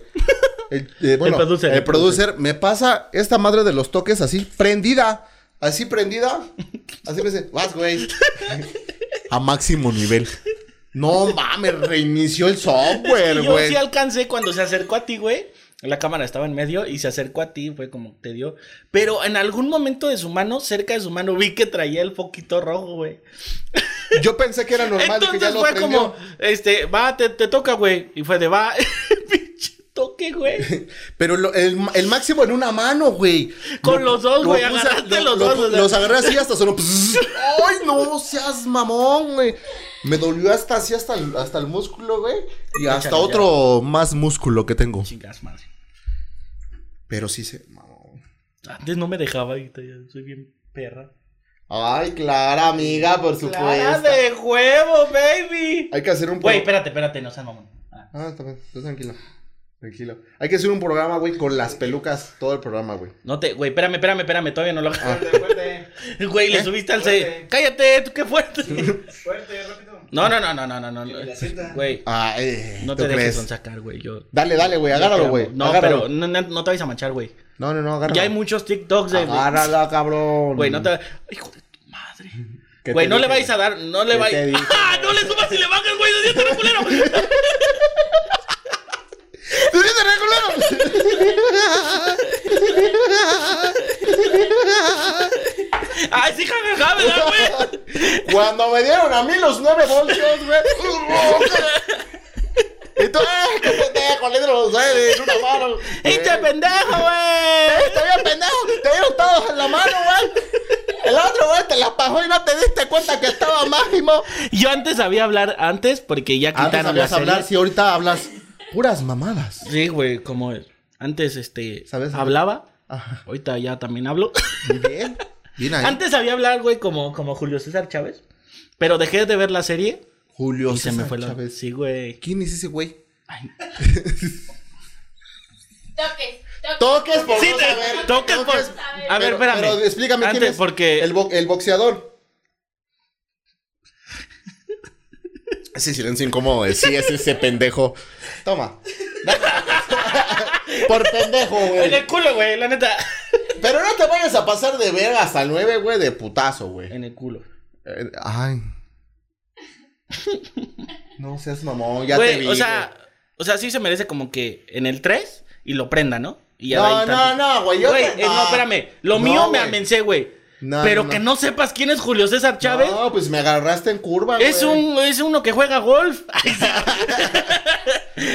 S1: El, eh, bueno, el
S2: producer,
S1: producer,
S2: el producer.
S1: me pasa esta madre de los toques así, prendida. Así prendida. Así me dice, vas, güey. A máximo nivel. No mames, reinició el software,
S2: Yo
S1: güey.
S2: sí alcancé cuando se acercó a ti, güey. La cámara estaba en medio y se acercó a ti, fue como te dio. Pero en algún momento de su mano, cerca de su mano, vi que traía el foquito rojo, güey.
S1: Yo pensé que era normal. que ya
S2: Entonces
S1: lo
S2: fue
S1: prendió.
S2: como, este, va, te, te toca, güey. Y fue de, va, pinche toque, güey.
S1: Pero lo- el, el máximo en una mano, güey.
S2: Con los dos, güey,
S1: puse-
S2: agarraste los dos, o sea.
S1: Los agarré así hasta solo. ¡Ay, no seas mamón, güey! Me dolió hasta así, hasta el, hasta el músculo, güey. Y hasta
S2: Échale,
S1: otro más músculo que tengo.
S2: Chingas, madre.
S1: Pero sí se. mamó.
S2: Antes no me dejaba, ahorita ya soy bien perra.
S1: Ay, Clara, amiga, por supuesto.
S2: ¡Clara de huevo, baby!
S1: Hay que hacer un.
S2: Güey,
S1: pro-
S2: espérate, espérate, no seas mamón. Ah.
S1: Ah, está bien, está tranquilo. Tranquilo. Hay que hacer un programa, güey, con las pelucas. Todo el programa, güey.
S2: No te, güey, espérame, espérame, espérame, todavía no lo
S1: Ah.
S2: hagas.
S3: Fuerte, fuerte.
S2: Güey, le subiste al 6.
S3: Fuerte.
S2: Cállate, tú qué fuerte.
S3: Fuerte, rápido.
S2: No, no, no, no, no, no, no.
S3: la cinta.
S2: Güey,
S1: Ay,
S2: no
S1: Ah, eh, ¿tú
S2: te dejes
S1: crees?
S2: sonsacar, güey. Yo.
S1: Dale, dale, güey, agárralo, güey.
S2: No,
S1: agárralo.
S2: pero no, no- no te vayas a manchar, güey.
S1: No, no, no, agárralo.
S2: Ya hay muchos TikToks de.
S1: Agárrala, cabrón.
S2: Güey, no te. Ay, Hijo de tu madre.
S1: ¿Qué
S2: Güey,
S1: te
S2: no le
S1: dije?
S2: vais a dar, no le
S1: ¿Qué te
S2: vais.
S1: dije?
S2: ¡Ah! No le subas y le bajas, güey. ¡Se siente culero!
S1: ¡Tú eres de regular!
S2: ¡Ay, sí, jajaja, ¿verdad, güey?
S1: Cuando me dieron a mí los nueve voltios, güey. Y tú, ¡eh! ¡Qué pendejo! Le dieron los nueve en una mano.
S2: ¡Hinche
S1: Güey,
S2: pendejo, güey!
S1: Te vio pendejo, te dieron todos en la mano, güey. El otro, güey, te la pajó y no te diste cuenta que estaba máximo.
S2: Yo antes sabía hablar antes porque ya
S1: Antes
S2: quitaron la
S1: sabías
S2: serie.
S1: hablar, si ahorita hablas puras mamadas.
S2: Sí, güey, como antes este
S1: ¿Sabes?
S2: hablaba,
S1: Ajá.
S2: ahorita ya también hablo.
S1: Muy bien. Bien ahí.
S2: Antes sabía hablar, güey, como, como Julio César Chávez, pero dejé de ver la serie
S1: Julio
S2: y se me
S1: César
S2: fue la
S1: Chávez.
S2: Sí, güey.
S1: ¿Quién es ese güey?
S2: Ay.
S7: Toques, toques.
S1: Toques por
S2: Sí,
S1: no
S2: te-
S1: saber.
S2: toques por- A ver,
S1: Pero-
S2: espérame.
S1: Pero explícame
S2: Antes,
S1: quién es.
S2: porque
S1: El, bo- el boxeador. Ese silencio incómodo de sí es ese pendejo. Toma. Por pendejo,
S2: en
S1: güey.
S2: el culo, güey, la neta.
S1: Pero no te vayas a pasar de verga hasta el 9, güey, de putazo, güey.
S2: En el culo.
S1: Eh, Ay. No seas mamón, ya te
S2: Güey,
S1: vi.
S2: o sea, o sea, sí se merece como que en el 3 y lo prenda, ¿no? Y ya de
S1: No,
S2: ahí
S1: no,
S2: tanto.
S1: no, güey. yo
S2: Güey,
S1: te- Ah.
S2: eh, no, espérame. Lo
S1: No,
S2: mío me
S1: güey.
S2: amencé, güey.
S1: No,
S2: Pero
S1: no,
S2: que
S1: no.
S2: no sepas quién es Julio César Chávez.
S1: No, pues me agarraste en curva,
S2: es,
S1: güey.
S2: un, es uno que juega golf.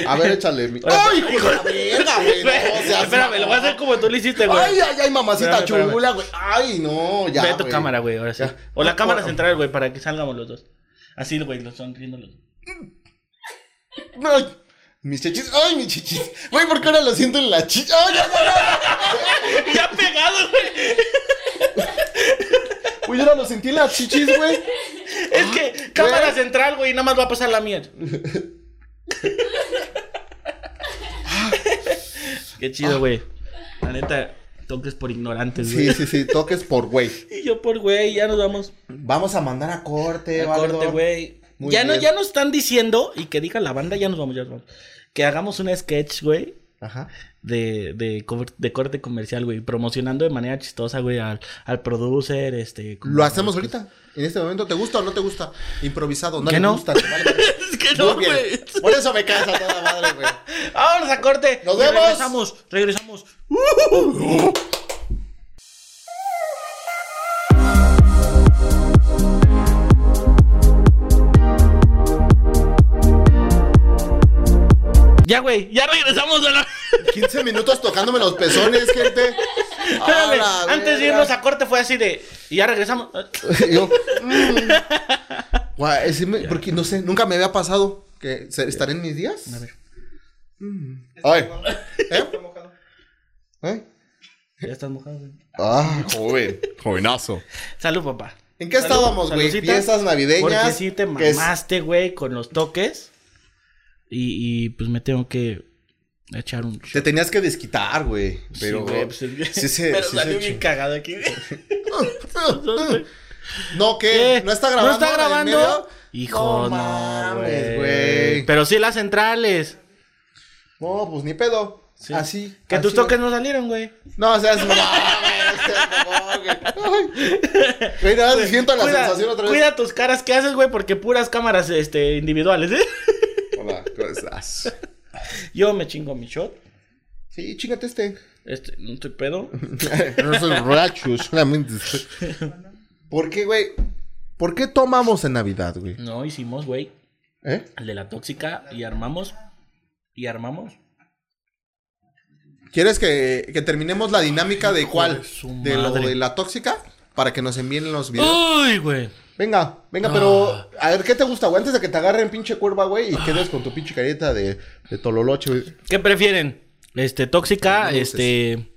S1: A ver, échale mi.
S2: Ahora-
S1: ¡Ay, hijo de la verga, güey! No, seas
S2: espérame, lo voy a hacer como tú lo hiciste, güey.
S1: Ay, ay, ay, mamacita
S2: Espérame, espérame.
S1: chula, güey. Ay, no, ya.
S2: Ve a tu
S1: güey.
S2: cámara, güey, ahora sí.
S1: Ya.
S2: O la
S1: No,
S2: cámara
S1: no.
S2: central, güey, para que salgamos los dos. Así, güey, los sonriendo los dos.
S1: Ay, mis chichis. Ay, mis chichis. Güey, ¿por qué ahora lo siento en la chicha? Ay, ay, ay, ay.
S2: ¡Ya pegado, güey!
S1: Güey, ahora lo sentí en las chichis, güey.
S2: Es que cámara central, güey, nada más va a pasar la mía. Qué chido, güey. La neta, toques por ignorantes, güey.
S1: Sí, sí, sí. Toques por güey.
S2: Y yo por güey, ya nos vamos
S1: Vamos a mandar a corte,
S2: a corte,
S1: valedor.
S2: güey.
S1: Muy
S2: Ya no,
S1: bien.
S2: ya nos están diciendo, y que diga la banda, ya nos vamos, ya nos vamos. Que hagamos un sketch, güey,
S1: Ajá.
S2: de, de, cor- de corte comercial, güey. Promocionando de manera chistosa, güey, al, al producer, este. como-
S1: Lo hacemos ahorita. En este momento, ¿te gusta o no te gusta? Improvisado, no
S2: ¿Qué
S1: le
S2: no?
S1: gusta. te vale verga.
S2: Es que
S1: Muy
S2: no,
S1: bien.
S2: güey.
S1: Por eso me cansa toda madre, güey.
S2: Vámonos a corte.
S1: Nos
S2: Y
S1: vemos.
S2: Regresamos, regresamos. Ya, güey, ya regresamos a la...
S1: 15 minutos tocándome los pezones, gente.
S2: Espérame,
S1: A la
S2: antes de
S1: verga.
S2: irnos a corte fue así de... Y ya regresamos.
S1: Y yo, mm. Guau, ese me- porque no sé, nunca me había pasado que se- estaré en mis días.
S2: A ver.
S1: Mm. Ay. ¿Eh?
S3: Está mojado.
S1: ¿Eh?
S2: Ya estás mojado, güey.
S1: Ah.
S4: Joven, jovenazo.
S2: Salud, papá.
S1: ¿En qué estábamos, güey?
S2: salucita.
S1: Fiestas navideñas.
S2: Porque sí te
S1: que es-
S2: mamaste, güey, con los toques. Y, y, pues me tengo que echar un...
S1: Te tenías que desquitar, güey. Pero.
S2: sí, güey, pues, el-
S1: sí se-
S2: pero
S1: sí
S2: salió
S1: se
S2: bien
S1: chingó.
S2: cagado aquí.
S1: No, ¿qué? ¿No está grabando?
S2: ¿No está
S1: la de en medio?
S2: grabando? Hijo,
S1: No
S2: no,
S1: mames,
S2: güey.
S1: güey.
S2: Pero sí las centrales.
S1: No, pues ni pedo.
S2: Sí.
S1: Así.
S2: Que
S1: así.
S2: tus toques no salieron, güey.
S1: No, o sea, es. No, güey, seas mamón, güey. Ay. Güey, nada, más siento la
S2: Cuida,
S1: sensación otra vez.
S2: cuida tus caras que haces, güey, porque puras cámaras este, individuales, ¿eh?
S4: Hola, ¿cómo estás?
S2: Yo me chingo mi shot.
S1: Sí, chingate este.
S2: Este, no estoy pedo.
S1: No soy borracho, solamente estoy- ¿Por qué, güey? ¿Por qué tomamos en Navidad, güey?
S2: No hicimos, güey,
S1: ¿Eh?
S2: el de la tóxica y armamos. Y armamos.
S1: ¿Quieres que, que terminemos la dinámica de cuál?
S2: de su
S1: De lo
S2: madre.
S1: de la tóxica para que nos envíen los videos.
S2: Uy, güey.
S1: Venga, venga,
S2: Ah.
S1: pero a ver qué te gusta, güey. Antes de que te agarren pinche cuerva, güey, y quedes con tu pinche carita de, de tololoche, güey.
S2: ¿Qué prefieren? Este, tóxica,
S1: Luces.
S2: este.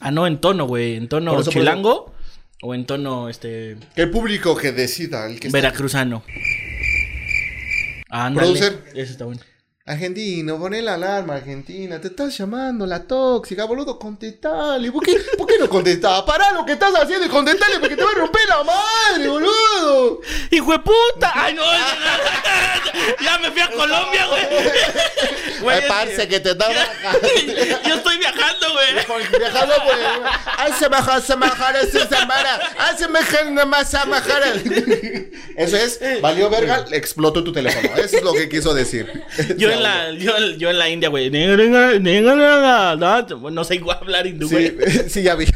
S2: Ah, no, en tono, güey. En tono
S1: Por eso, por
S2: chilango. O en tono, este.
S1: Que el público que decida, el que está-
S2: Veracruzano. Ándale.
S1: Producer.
S2: Ese está bueno.
S1: Argentino, poné la alarma, Argentina, te estás llamando la tóxica, boludo, contestale. ¿Por qué, por qué no contestás? Pará lo que estás haciendo y contestale porque te va a romper la madre, boludo.
S2: ¡Hijo de puta! ¡Ay, no! ¡Ya me fui a Colombia, güey! Güey,
S1: Ay, parce, que te está
S2: Yo estoy viajando, güey.
S1: viajando por el... Hace mejor, hace mejor, hace semana, hace mejor, no más, hace mejor. Eso es, valió verga, explotó tu teléfono. Eso es lo que quiso decir.
S2: Yo en la, yo, en- yo en la India, güey. No no sé igual hablar hindú,
S1: Sí,
S2: güey.
S1: sí, ya vi.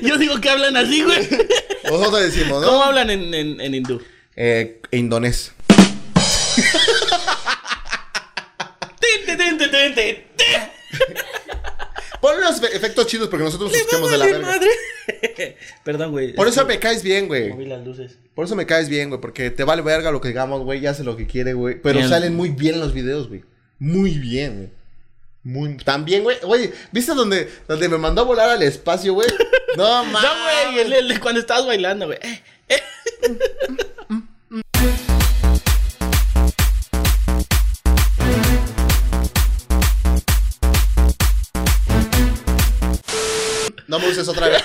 S2: Yo digo que hablan así, güey.
S1: Nosotros decimos,
S2: ¿Cómo
S1: ¿no?
S2: hablan en, en, en hindú?
S1: Eh, indonés.
S2: Tin, tin, tin, tin, tin, tin.
S1: Pon los e- efectos chidos porque nosotros nos
S2: Me
S1: quedamos de la
S2: vale
S1: verga.
S2: madre. Perdón, güey.
S1: Por
S2: es
S1: eso
S2: que
S1: me caes bien,
S2: Moví
S1: güey.
S2: las luces.
S1: Por eso me caes bien, güey. Porque te vale verga lo que digamos, güey. Ya hace lo que quiere, güey. Pero
S2: Bien.
S1: salen muy bien los videos, güey. Muy bien, güey. Muy... También, güey. Güey, ¿viste donde, donde me mandó a volar al espacio, güey? No, mames.
S2: No, güey, el- el- cuando estabas bailando, güey. Eh, eh.
S1: No me uses otra vez.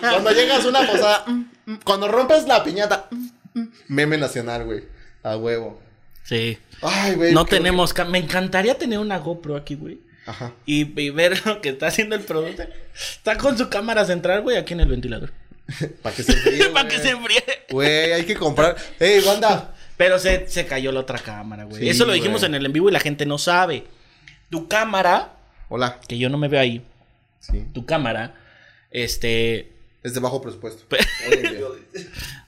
S1: Cuando llegas a una posada... mm, mm, Cuando rompes la piñata... mm, mm, Meme nacional, güey. A huevo.
S2: Sí.
S1: Ay, güey.
S2: No
S1: qué-
S2: tenemos. ca- Me encantaría tener una GoPro aquí, güey.
S1: Ajá.
S2: Y, y ver lo que está haciendo el producto. Está con su cámara central, güey, aquí en el ventilador.
S1: Para que se enfríe,
S2: Para que
S1: güey.
S2: se enfríe.
S1: Güey, hay que comprar... Ey, banda.
S2: Pero se, se cayó la otra cámara, güey.
S1: Sí,
S2: Eso lo dijimos
S1: güey.
S2: en el en vivo y la gente no sabe. Tu cámara
S1: Hola.
S2: que yo no me veo ahí,
S1: Sí.
S2: tu cámara, este,
S1: Es de bajo presupuesto.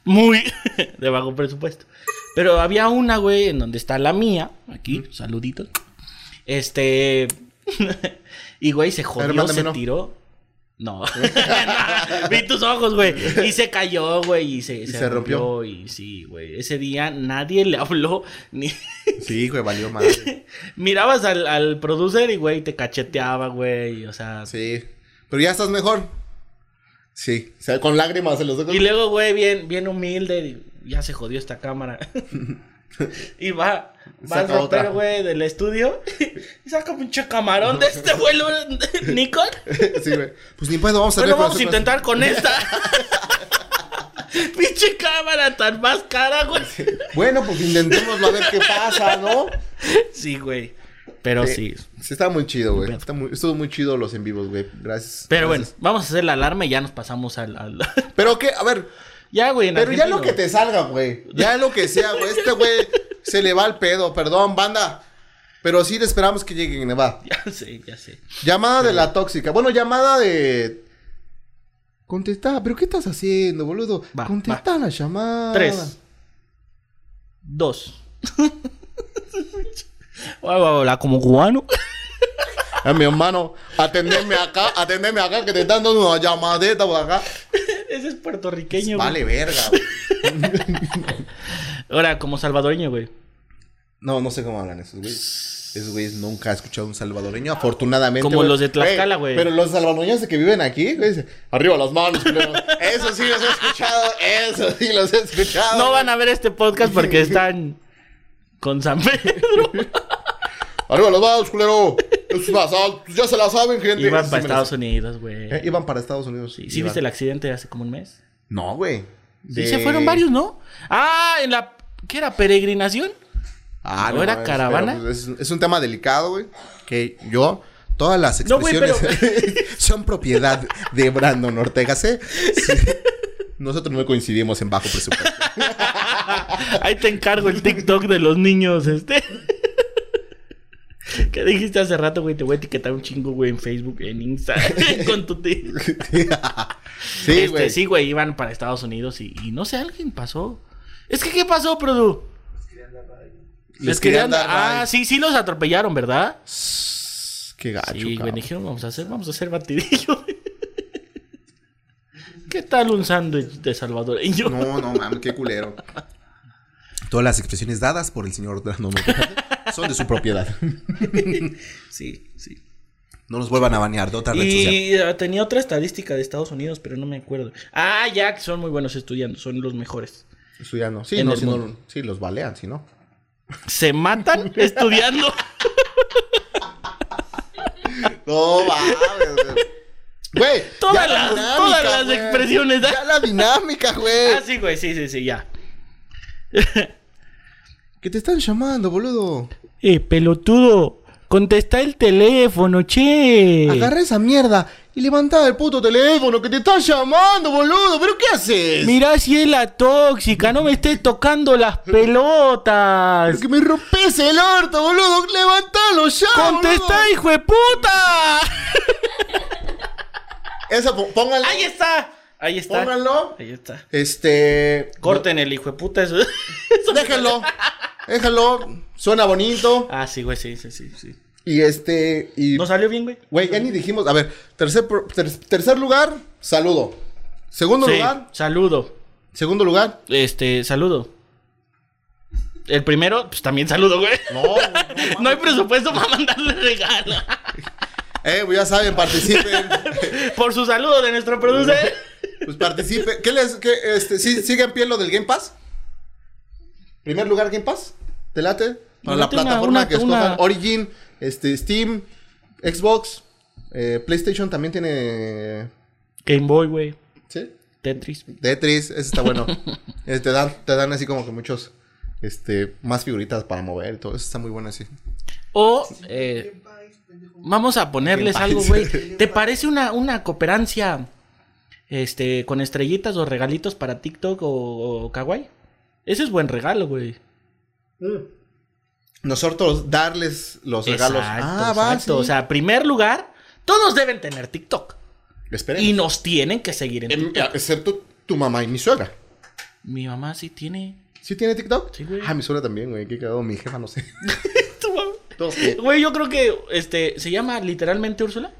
S2: muy de bajo presupuesto. Pero había una, güey, en donde está la mía, aquí, saluditos. Este, y güey, se
S1: A ver,
S2: jodió,
S1: mándame
S2: se
S1: uno.
S2: tiró. No, vi tus ojos, güey. Y se cayó, güey. Y se,
S1: se rompió.
S2: Y sí, güey. Ese día nadie le habló. Ni...
S1: Sí, güey, valió madre.
S2: Mirabas al, al producer y, güey, te cacheteaba, güey. O sea,
S1: Sí. Pero ya estás mejor. Sí. O sea, con lágrimas en los ojos.
S2: Y luego, güey, bien, bien humilde, ya se jodió esta cámara. y va, va al
S1: Saca otra.
S2: ropero, güey, del estudio y saca un pinche camarón de este vuelo Nikon.
S1: Sí, güey. Pues ni pedo, vamos a
S2: Bueno,
S1: ver,
S2: vamos a
S1: pero-
S2: intentar con esta. pinche cámara tan más cara, güey.
S1: Bueno, pues intentémoslo a ver qué pasa, ¿no?
S2: Sí, güey. Pero sí.
S1: Sí, está muy chido, güey. Está muy, estuvo muy chido los en vivos, güey. Gracias.
S2: Pero bueno,
S1: Gracias.
S2: vamos a hacer la alarma y ya nos pasamos al. al-
S1: Pero qué, a ver,
S2: ya, güey. en
S1: Pero ya lo que
S2: Argentina,
S1: te salga, güey. Ya lo que sea, güey. Este güey se le va al pedo, perdón, banda. Pero sí le esperamos que lleguen, va.
S2: güey. Ya sé, ya sé.
S1: Llamada de la tóxica. Bueno, llamada de. Contesta, pero ¿qué estás haciendo, boludo?
S2: Va,
S1: Contesta la llamada.
S2: Tres. Dos. Hola, como cubano.
S1: Eh, mi hermano, atendeme acá, atendeme acá, que te están dando una llamadeta por acá.
S2: Ese es puertorriqueño, güey.
S1: Vale, verga, güey.
S2: Ahora, como salvadoreño, güey.
S1: No, no sé cómo hablan esos güeyes. Esos güeyes nunca ha escuchado un salvadoreño, afortunadamente.
S2: Como
S1: güey.
S2: los de Tlaxcala, güey.
S1: Pero los salvadoreños que viven aquí, güey, dicen, arriba las manos, culero". Eso sí los he escuchado, eso sí los he escuchado.
S2: No van a ver este podcast porque están con San Pedro.
S1: Arriba las manos, culero. Es un asalto. Ya se la saben, gente. Eso
S2: Iban
S1: sí
S2: para
S1: me la
S2: Estados
S1: sé.
S2: Unidos, güey.
S1: Eh, Iban para Estados Unidos.
S2: ¿Sí, sí
S1: Iban.
S2: viste el accidente hace como un mes?
S1: No, güey.
S2: Sí,
S1: De-
S2: se fueron varios, ¿no? Ah, en la... ¿Qué era? ¿Peregrinación?
S1: Ah,
S2: ¿No era
S1: mames,
S2: caravana?
S1: pero, pues, es, es un tema delicado, güey. Que yo, todas las
S2: No, güey,
S1: expresiones son propiedad de Brandon Ortega C. Sí. Nosotros no coincidimos en bajo presupuesto.
S2: Ahí te encargo el TikTok de los niños, este. ¿Qué dijiste hace rato, güey? Te voy a etiquetar un chingo, güey, en Facebook, en Insta, con tu tío.
S1: sí,
S2: Este,
S1: güey.
S2: sí, güey, iban para Estados Unidos y, y no sé, alguien pasó. Es que, ¿qué pasó, Produ? Les querían dar. Ah, sí, sí los atropellaron, ¿verdad?
S1: Qué gacho,
S2: Sí, güey,
S1: cabrón.
S2: dijeron, vamos a hacer, vamos a hacer batidillo. ¿Qué tal un sándwich de salvadoreño?
S1: No, no, mames, qué culero. Todas las expresiones dadas por el señor Brandon Ortega son de su propiedad.
S2: Sí, sí.
S1: No nos vuelvan a banear de otra red social.
S2: Y eh, tenía otra estadística de Estados Unidos, pero no me acuerdo. Ah, ya, que son muy buenos estudiando, son los mejores.
S1: Eso ya no. Sí,
S2: En
S1: no,
S2: el
S1: si no,
S2: mundo.
S1: sí, los balean, si no.
S2: Se matan estudiando.
S1: No mames, güey. Güey.
S2: Todas
S1: ya la
S2: las-
S1: dinámica,
S2: todas las
S1: güey.
S2: expresiones, ¿eh?
S1: Ya la dinámica, güey.
S2: ah, sí, güey, sí, sí, sí, ya.
S1: Que te están llamando, boludo.
S2: Eh, pelotudo, contesta el teléfono, che.
S1: Agarra esa mierda y levanta el puto teléfono que te están llamando, boludo. ¿Pero qué haces?
S2: Mirá si es la tóxica, no me estés tocando las pelotas.
S1: Es que me rompes el orto, boludo. Levantalo ya.
S2: ¡Contesta, hijo de puta!
S1: boludo. Esa, po- póngala.
S2: ¡Ahí está! Ahí está.
S1: Pónganlo.
S2: Ahí está.
S1: Este.
S2: Corten el hijo de puta. Eso. eso-
S1: Déjenlo. Déjalo. Suena bonito.
S2: Ah, sí, güey, sí, sí, sí. sí.
S1: Y este. Y.
S2: ¿No salió bien, güey?
S1: Güey, ya ni dijimos. A ver, tercer, pro- ter- tercer lugar, saludo. Segundo
S2: Sí,
S1: lugar,
S2: saludo.
S1: segundo lugar.
S2: Este, saludo. El primero, pues también saludo, güey.
S1: No, güey, no.
S2: No hay presupuesto para mandarle regalo.
S1: Eh, pues ya saben, participen.
S2: Por su saludo de nuestro producer.
S1: Pues participen. ¿Qué les, qué, este, sí, sigue en pie lo del Game Pass? Primer lugar, Game Pass. ¿Te late? Para la
S2: Me late una-
S1: plataforma
S2: una-
S1: que escojan.
S2: una-
S1: Origin, este, Steam, Xbox, eh, PlayStation también tiene.
S2: Game Boy, güey.
S1: ¿Sí?
S2: Tetris.
S1: Tetris, ese está bueno. Eh, te, dan, te dan así como que muchos. Este, más figuritas para mover y todo. Eso está muy bueno así.
S2: O eh, vamos a ponerles
S1: Game
S2: algo,
S1: Pass.
S2: güey. ¿Te parece una, una cooperancia este, con estrellitas o regalitos para TikTok o, o Kawaii? Ese es buen regalo, güey.
S1: nosotros darles los regalos.
S2: Exacto,
S1: ah, va,
S2: exacto.
S1: sí.
S2: O sea, primer lugar, todos deben tener TikTok.
S1: Esperen.
S2: Y nos tienen que seguir en
S1: Em,
S2: TikTok.
S1: excepto tu mamá y mi suegra.
S2: Mi mamá sí tiene.
S1: ¿Sí tiene TikTok?
S2: Sí, güey.
S1: Ah, mi suegra también, güey. Qué cagado, mi jefa, no sé.
S2: Tu mamá.
S1: Todos tienen.
S2: Güey, yo creo que este se llama literalmente Úrsula.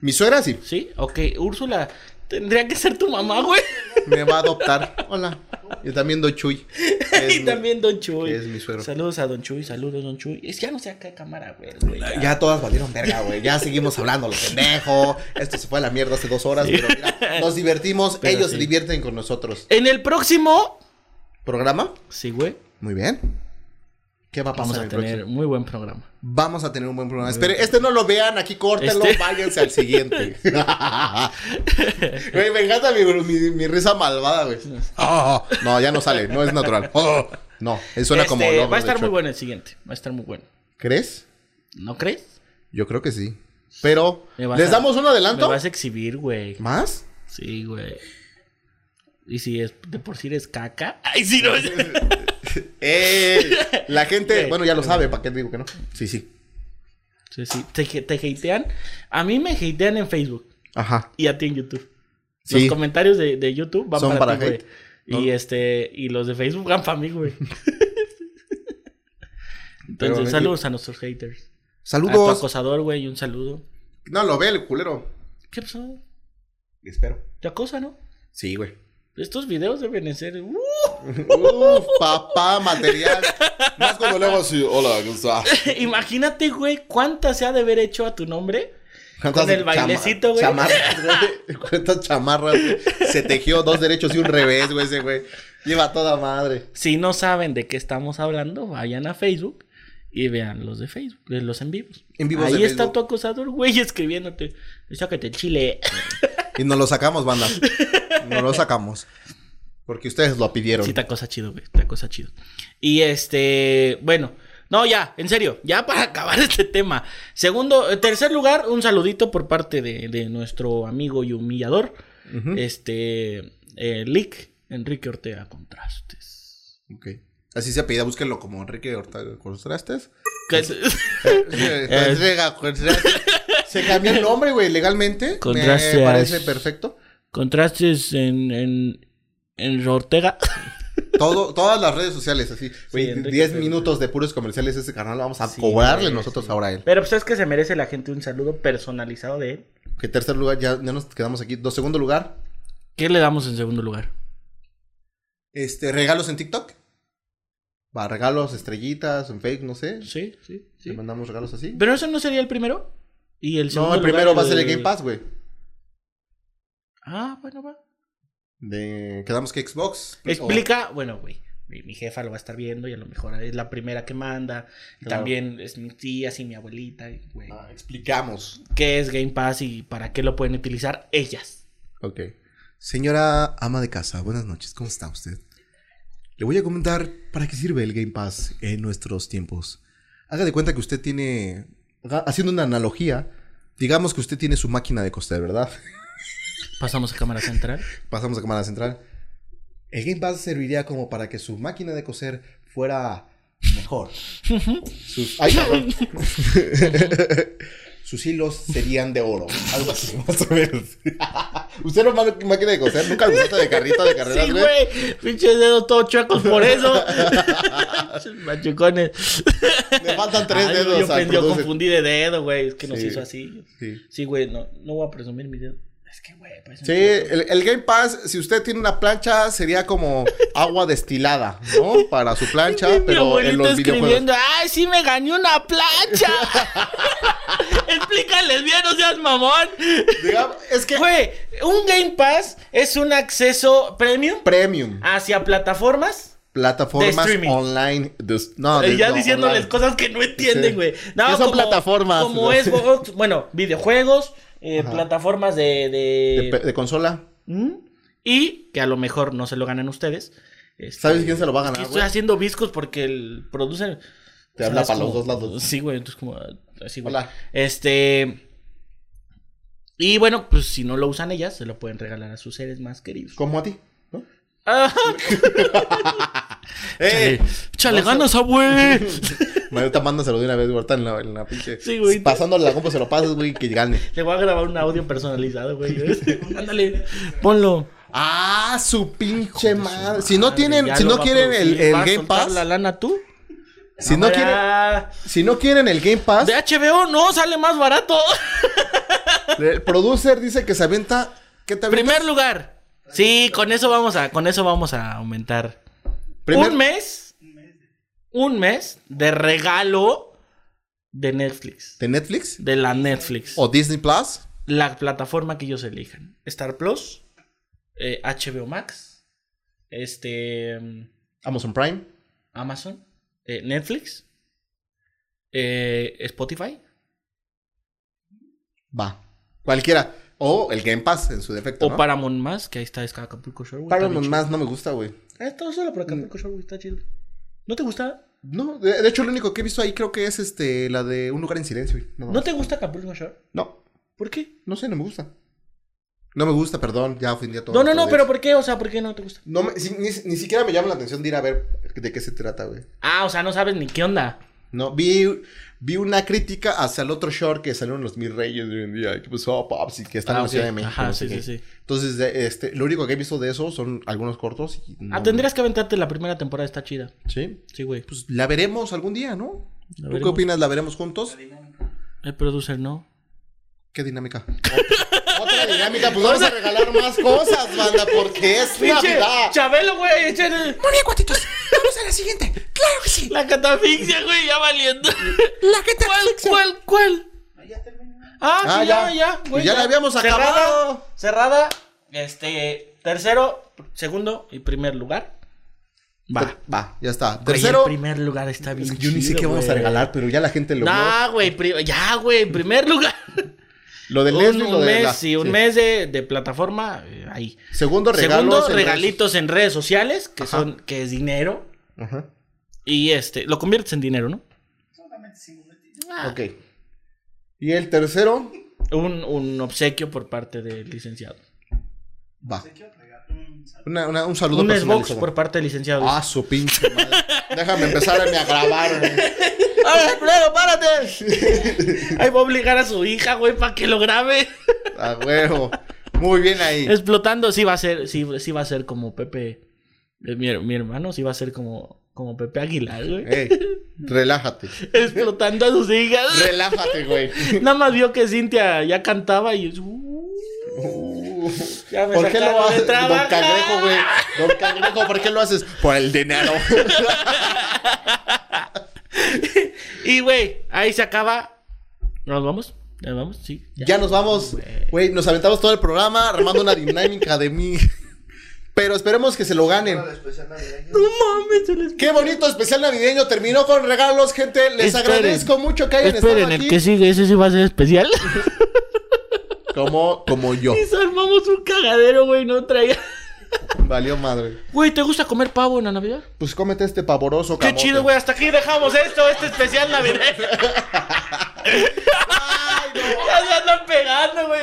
S1: Mi suegra sí.
S2: ¿Sí? Ok, Úrsula. Tendría que ser tu mamá, güey.
S1: Me va a adoptar. Hola. Yo también doy chuy. Es
S2: y
S1: mi-
S2: también Don Chuy.
S1: es mi suegro.
S2: Saludos a Don Chuy, saludos Don Chuy. Es que ya no sé acá de cámara, güey. güey, ya.
S1: Ya todas valieron verga, güey. Ya seguimos hablando, los pendejo. Esto se fue a la mierda hace dos horas, pero mira, nos divertimos.
S2: Pero
S1: Ellos
S2: sí.
S1: se divierten con nosotros.
S2: En el próximo.
S1: ¿Programa?
S2: Sí, güey.
S1: Muy bien. ¿Qué va a pasar
S2: Vamos
S1: en
S2: a
S1: el
S2: tener
S1: próximo?
S2: muy buen programa.
S1: Vamos a tener un buen programa. Espere, este no lo vean, aquí córtenlo,
S2: Este-
S1: váyanse al siguiente. Güey, me encanta mi, mi- mi risa malvada, güey. Ah, no, ya no sale, no es natural. Ah, no, él suena como
S2: Este,
S1: logro
S2: Va
S1: de
S2: a estar muy
S1: Shrek.
S2: bueno el siguiente. Va a estar muy bueno.
S1: ¿Crees?
S2: ¿No crees?
S1: Yo creo que sí. Pero,
S2: Me vas
S1: ¿les
S2: a-
S1: damos un
S2: Me
S1: adelanto?
S2: vas a exhibir, güey.
S1: ¿Más?
S2: Sí, güey. Y si es de por sí eres caca. Ay, sí, no.
S1: ¡Ey! La gente,
S2: Güey,
S1: bueno, ya lo sabe, ¿para qué digo que no? Sí, sí.
S2: Sí, sí. Te, ge- te hatean. A mí me hatean en Facebook
S1: Ajá.
S2: y a ti en YouTube.
S1: Sí.
S2: Los comentarios de, de YouTube van
S1: Son
S2: para, ti,
S1: para
S2: güey.
S1: hate,
S2: Y este, y los de Facebook van para mí, güey.
S1: Pero,
S2: Entonces,
S1: güey,
S2: saludos a nuestros haters. A tu
S1: eh, Saludos.
S2: acosador, güey, un saludo.
S1: No, lo ve el culero.
S2: ¿Qué pasó?
S1: Espero.
S2: Te acosa, ¿no?
S1: Sí, güey.
S2: Estos videos deben ser. ¡uh!
S1: Uf, papá, material. Más cuando le hago así, hola, ¿cómo estás?
S2: Imagínate, güey, cuántas se ha de haber hecho a tu nombre.
S1: ¿Cuántas
S2: el bailecito, güey.
S1: Chamarras, güey. ¿Cuántas chamarras? güey? Se tejió dos derechos y un revés, güey, ese güey. Lleva toda madre.
S2: Si no saben de qué estamos hablando, vayan a Facebook y vean los de Facebook, de los en vivos.
S1: En vivos
S2: Ahí
S1: de
S2: está
S1: Facebook.
S2: tu acosador, güey, escribiéndote. Sácate el chile.
S1: Y nos lo sacamos, banda. Nos lo sacamos. Porque ustedes lo pidieron.
S2: Sí, te acosa chido, güey. Te acosa chido. Y este, bueno. No, ya, en serio, ya para acabar este tema. Segundo, eh, tercer lugar, un saludito por parte de, de nuestro amigo y humillador, este, eh, Lick, Enrique Ortega Contrastes.
S1: Ok. Así se apellida, búsquenlo como Enrique Ortega Contrastes.
S2: Que es-
S1: Eh, Ortega Contrastes. Se cambió el nombre, güey, legalmente.
S2: Contrastes.
S1: Me parece perfecto.
S2: Contrastes en, en, en Ortega.
S1: Todo, todas las redes sociales, así. Güey,
S2: Enrique
S1: 10
S2: Ortega.
S1: minutos de puros comerciales ese canal. Vamos a
S2: Sí,
S1: cobrarle
S2: güey,
S1: nosotros
S2: sí.
S1: ahora a él.
S2: Pero pues es que se merece la gente un saludo personalizado de él.
S1: Que tercer lugar, ya, ya nos quedamos aquí. Dos, segundo lugar,
S2: ¿Qué le damos en segundo lugar?
S1: este, regalos en TikTok. Va, regalos, estrellitas, en fake, no sé.
S2: Sí, sí,
S1: Le
S2: sí.
S1: mandamos regalos así.
S2: Pero eso no sería el primero. Y el segundo
S1: no, el
S2: lugar,
S1: primero va a ser el Game Pass, güey.
S2: Ah, bueno, va.
S1: De... Quedamos que Xbox.
S2: Explica, bueno, güey. Mi, mi jefa lo va a estar viendo y a lo mejor es la primera que manda. Y
S1: Claro.
S2: También es mi tía, y mi abuelita, y, güey.
S1: Ah, explicamos.
S2: ¿Qué es Game Pass y para qué lo pueden utilizar ellas?
S1: Ok. Señora ama de casa, buenas noches, ¿cómo está usted? Le voy a comentar para qué sirve el Game Pass en nuestros tiempos. Haga de cuenta que usted tiene, haga- haciendo una analogía, digamos que usted tiene su máquina de coste, ¿verdad?
S2: Pasamos a cámara central.
S1: Pasamos a cámara central. El Game Pass serviría como para que su máquina de coser fuera mejor. Sus, ay, cabrón. Sus hilos serían de oro. Algo así, más o menos. Usted no es ma- máquina de coser, nunca lo usaste de carrito de carreras,
S2: Sí,
S1: güey.
S2: güey. Pinches dedos todos chuecos por eso. Pinches Machucones.
S1: Le faltan tres
S2: Ay,
S1: dedos
S2: Yo,
S1: al
S2: pen- yo
S1: producer.
S2: confundí de dedo, güey. Es que nos
S1: Sí.
S2: hizo así.
S1: Sí,
S2: Sí, güey, no, no voy a presumir mi dedo. Es que, güey, parece un
S1: Sí,
S2: puto.
S1: el, el Game Pass, si usted tiene una plancha, sería como agua destilada, ¿no? Para su plancha,
S2: Y mi
S1: pero en
S2: abuelito
S1: los videojuegos.
S2: escribiendo, ¡ay, sí me gané una plancha! Explícales bien, no seas mamón.
S1: Digamos, es que
S2: Güey, un Game Pass es un acceso premium
S1: premium.
S2: hacia plataformas.
S1: plataformas
S2: De streaming.
S1: online. de- no,
S2: Eh,
S1: de-
S2: ya
S1: no,
S2: diciéndoles
S1: online.
S2: cosas que no entienden,
S1: Sí.
S2: güey.
S1: Que son plataformas,
S2: Como
S1: ¿no?
S2: Xbox, bueno, videojuegos, eh, plataformas de. de-
S1: De, pe- de consola.
S2: ¿Mm? Y que a lo mejor no se lo ganan ustedes. Este,
S1: ¿Sabes quién se lo va a
S2: es que
S1: ganar,
S2: estoy
S1: güey?
S2: haciendo viscos porque el producer.
S1: Te
S2: o sea,
S1: habla
S2: es
S1: para
S2: como-
S1: los dos lados.
S2: Sí, güey, entonces como. Así, güey.
S1: Hola.
S2: Este. Y bueno, pues si no lo usan ellas, se lo pueden regalar a sus seres más queridos. Ah,
S1: Como a ti. ¿no?
S2: Ajá.
S1: ¡Eh!
S2: Eh. Échale ganas, abue.
S1: Mario, te mándaselo de una vez, güey. ahorita en la, en la pinche.
S2: Sí, güey.
S1: Pasándole la compu, se lo pasas, güey, que gane.
S2: Le voy a grabar un audio personalizado, güey. Ándale, ponlo.
S1: Ah, su pinche madre. Si no
S2: Madre,
S1: tienen,
S2: ya
S1: si
S2: lo
S1: no
S2: va a
S1: quieren el,
S2: producir.
S1: el
S2: ¿Vas a
S1: Game
S2: soltar
S1: Pass,
S2: la lana tú?
S1: si no quieren,
S2: Ah,
S1: si no quieren el Game Pass,
S2: De HBO no, sale más barato.
S1: el producer dice que se avienta, ¿qué te avienta?
S2: Primer lugar. Sí, con eso vamos a, con eso vamos a aumentar. Un mes. Un mes de regalo de Netflix.
S1: de Netflix
S2: De la Netflix.
S1: o Disney Plus.
S2: La plataforma que ellos elijan. Star Plus. eh, HBO Max. Este. mm,
S1: Amazon Prime.
S2: Amazon. eh, Netflix. eh, Spotify.
S1: Va. Cualquiera. O el Game Pass en su defecto.
S2: O
S1: ¿no?
S2: Paramount Más, que ahí está es Acapulco Shore. güey, está
S1: Paramount
S2: bien
S1: más no me gusta, güey.
S2: chido. Eh, todo solo por Acapulco Shore, güey, está chido. ¿No te gusta?
S1: No, de, de hecho, lo único que he visto ahí creo que es este la de un lugar en silencio, güey. No,
S2: ¿No te gusta Acapulco Shore?
S1: no,
S2: ¿Por qué?
S1: no sé, no me gusta. No me gusta, perdón, ya ofendí a todos.
S2: No, no, no,
S1: ustedes.
S2: pero ¿por qué? O sea, ¿por qué no te gusta?
S1: No me- si- ni, ni siquiera me llama la atención de ir a ver de qué se trata, güey.
S2: Ah, o sea, no sabes ni qué onda. Ah,
S1: No, vi, vi una crítica hacia el otro short que salieron los mil reyes de hoy en día. Que pues, oh, pops, y que están
S2: Ah,
S1: en la
S2: ok.
S1: Ciudad de México.
S2: Ajá,
S1: no sé
S2: sí,
S1: qué.
S2: sí, sí.
S1: Entonces, de- este, lo único que he visto de eso son algunos cortos. y no-
S2: Ah, tendrías que aventarte la primera temporada, está chida.
S1: Sí.
S2: Sí, güey.
S1: Pues la veremos algún día, ¿no? ¿Tú qué
S2: veremos.
S1: opinas? ¿La veremos juntos?
S2: El producer, ¿no?
S1: ¿Qué dinámica? Otra dinámica, pues vamos a regalar más cosas, banda, porque es Navidad.
S2: ¡Chabelo, güey! échale.
S7: Muy bien, guatitos. Vamos a la siguiente. Claro que sí.
S2: La catafixia, güey, ya valiendo.
S7: La que te
S2: ¿Cuál, cuál, cuál? Ah,
S1: Ah,
S2: sí, ya,
S1: ya.
S2: ya, güey.
S1: Pues ya la habíamos acabado.
S2: Cerrada. Este, tercero, segundo y primer lugar. Va.
S1: Va, ya está.
S2: Güey,
S1: Tercero,
S2: el primer lugar está bien.
S1: yo ni sé
S2: chido,
S1: qué vamos a
S2: güey.
S1: regalar, pero ya la gente lo vio.
S2: Nah, güey, pri- ya, güey, primer lugar.
S1: Lo del
S2: un,
S1: Leslie,
S2: un
S1: lo de
S2: mes,
S1: la-
S2: sí, un
S1: sí.
S2: mes de, de plataforma, eh, ahí.
S1: Segundo regalo.
S2: Segundo, regalitos en redes sociales, que
S1: Ajá.
S2: son, que es dinero.
S1: Ajá.
S2: Y este, lo conviertes en dinero, ¿no? Ah.
S1: Ok. Y el tercero,
S2: Un, un obsequio por parte del licenciado.
S1: va. Una- una- un saludo
S2: un Xbox
S1: personalizado.
S2: por parte del licenciado.
S1: Ah, su pinche madre. Déjame empezar a, a grabar. güey.
S2: ¡Ay, culero, párate! Ahí va a obligar a su hija, güey, para que lo grabe.
S1: A huevo. Muy bien ahí.
S2: Explotando, sí va a ser, sí, sí va a ser como Pepe. eh, Mi, mi hermano sí va a ser como, como Pepe Aguilar, güey.
S1: Ey, relájate.
S2: Explotando a sus hijas.
S1: Relájate, güey.
S2: Nada más vio que Cintia ya cantaba y. uh, ya me
S1: ¿Por qué lo
S2: sacaron de
S1: haces, don
S2: trabajar.
S1: Cangrejo, güey? Don Cangrejo, ¿por qué lo haces? Por el dinero.
S2: Y, güey, ahí se acaba. ¿Nos vamos? ¿Nos vamos? Sí.
S1: Ya nos vamos. Güey, nos aventamos todo el programa armando una dinámica de mí. Pero esperemos que se lo ganen.
S2: No mames, se les.
S1: Qué bonito especial navideño. Terminó con regalos, gente. Les
S2: Esperen.
S1: agradezco mucho que hayan
S2: Esperen,
S1: estado
S2: el
S1: aquí.
S2: que sigue, ese sí va a ser especial.
S1: Como, como yo.
S2: Y armamos un cagadero, güey, no traía.
S1: Valió madre.
S2: Güey, ¿te gusta comer pavo en la Navidad?
S1: Pues cómete este pavoroso,
S2: Qué
S1: camote.
S2: chido, güey, hasta aquí dejamos esto, este especial navideño. Ya se andan pegando, güey.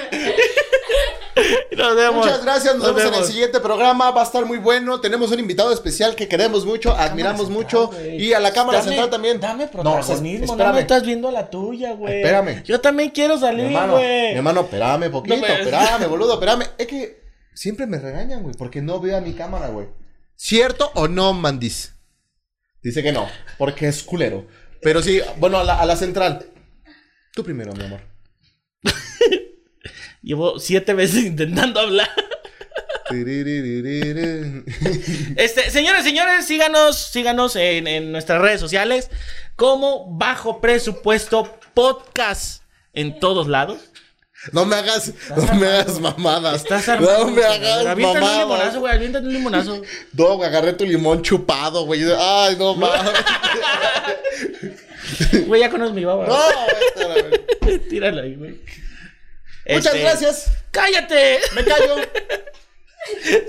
S2: Nos vemos.
S1: Muchas gracias, nos, vemos, en el
S2: vemos.
S1: siguiente programa, va a estar muy bueno, tenemos un invitado especial que queremos mucho, admiramos mucho y a la cámara
S2: Dame-
S1: central también.
S2: Dame
S1: No, es-
S2: protagonismo, no,
S1: espérame,
S2: me estás viendo a la tuya, güey.
S1: Espérame.
S2: Yo también quiero
S1: mi
S2: salir,
S1: hermano, mi
S2: güey.
S1: hermano, espérame poquito,
S2: No me-
S1: espérame, boludo, espérame. Es que siempre me regañan, güey, porque no veo a mi cámara, güey. ¿Cierto o no, Mandis? Dice que no, porque es culero. Pero sí, bueno, a la, a la central. Tú primero, mi amor.
S2: Llevo siete veces intentando hablar.
S1: Tiriririririri.
S2: Este, señores, señores, síganos, síganos en, en nuestras redes sociales como Bajo Presupuesto Podcast en todos lados.
S1: No me hagas, no me hagas mamadas.
S2: Estás
S1: no
S2: armando.
S1: me hagas
S2: Aviéntate un
S1: mamadas.
S2: limonazo, güey, aviéntate un limonazo.
S1: No, güey, agarré tu limón chupado, güey. Ay, no mames.
S2: Güey, ya conoces mi baba.
S1: No, güey, espérame.
S2: Tírala ahí, güey.
S1: Muchas
S2: Este,
S1: gracias.
S2: ¡Cállate!
S1: Me callo.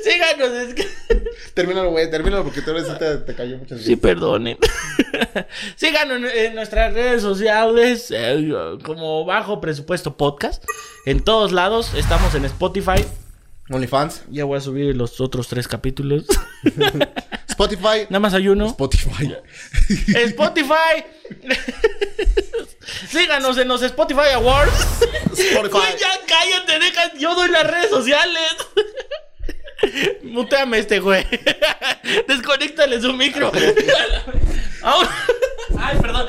S2: Síganos. es que-
S1: Termínalo, güey, termínalo porque tú eres- te, te cayó muchas
S2: Sí,
S1: veces.
S2: perdonen. Síganos en, en nuestras redes sociales eh, como Bajo Presupuesto Podcast. En todos lados. Estamos en Spotify.
S1: OnlyFans,
S2: Ya voy a subir los otros tres capítulos.
S1: Spotify,
S2: Nada más hay uno.
S1: Spotify.
S2: Spotify, Síganos en los Spotify Awards. Güey,
S1: Spotify.
S2: ya cállate, deja. Yo doy las redes sociales. Muteame este güey. Desconéctale su micro. Ahora- Ay, perdón.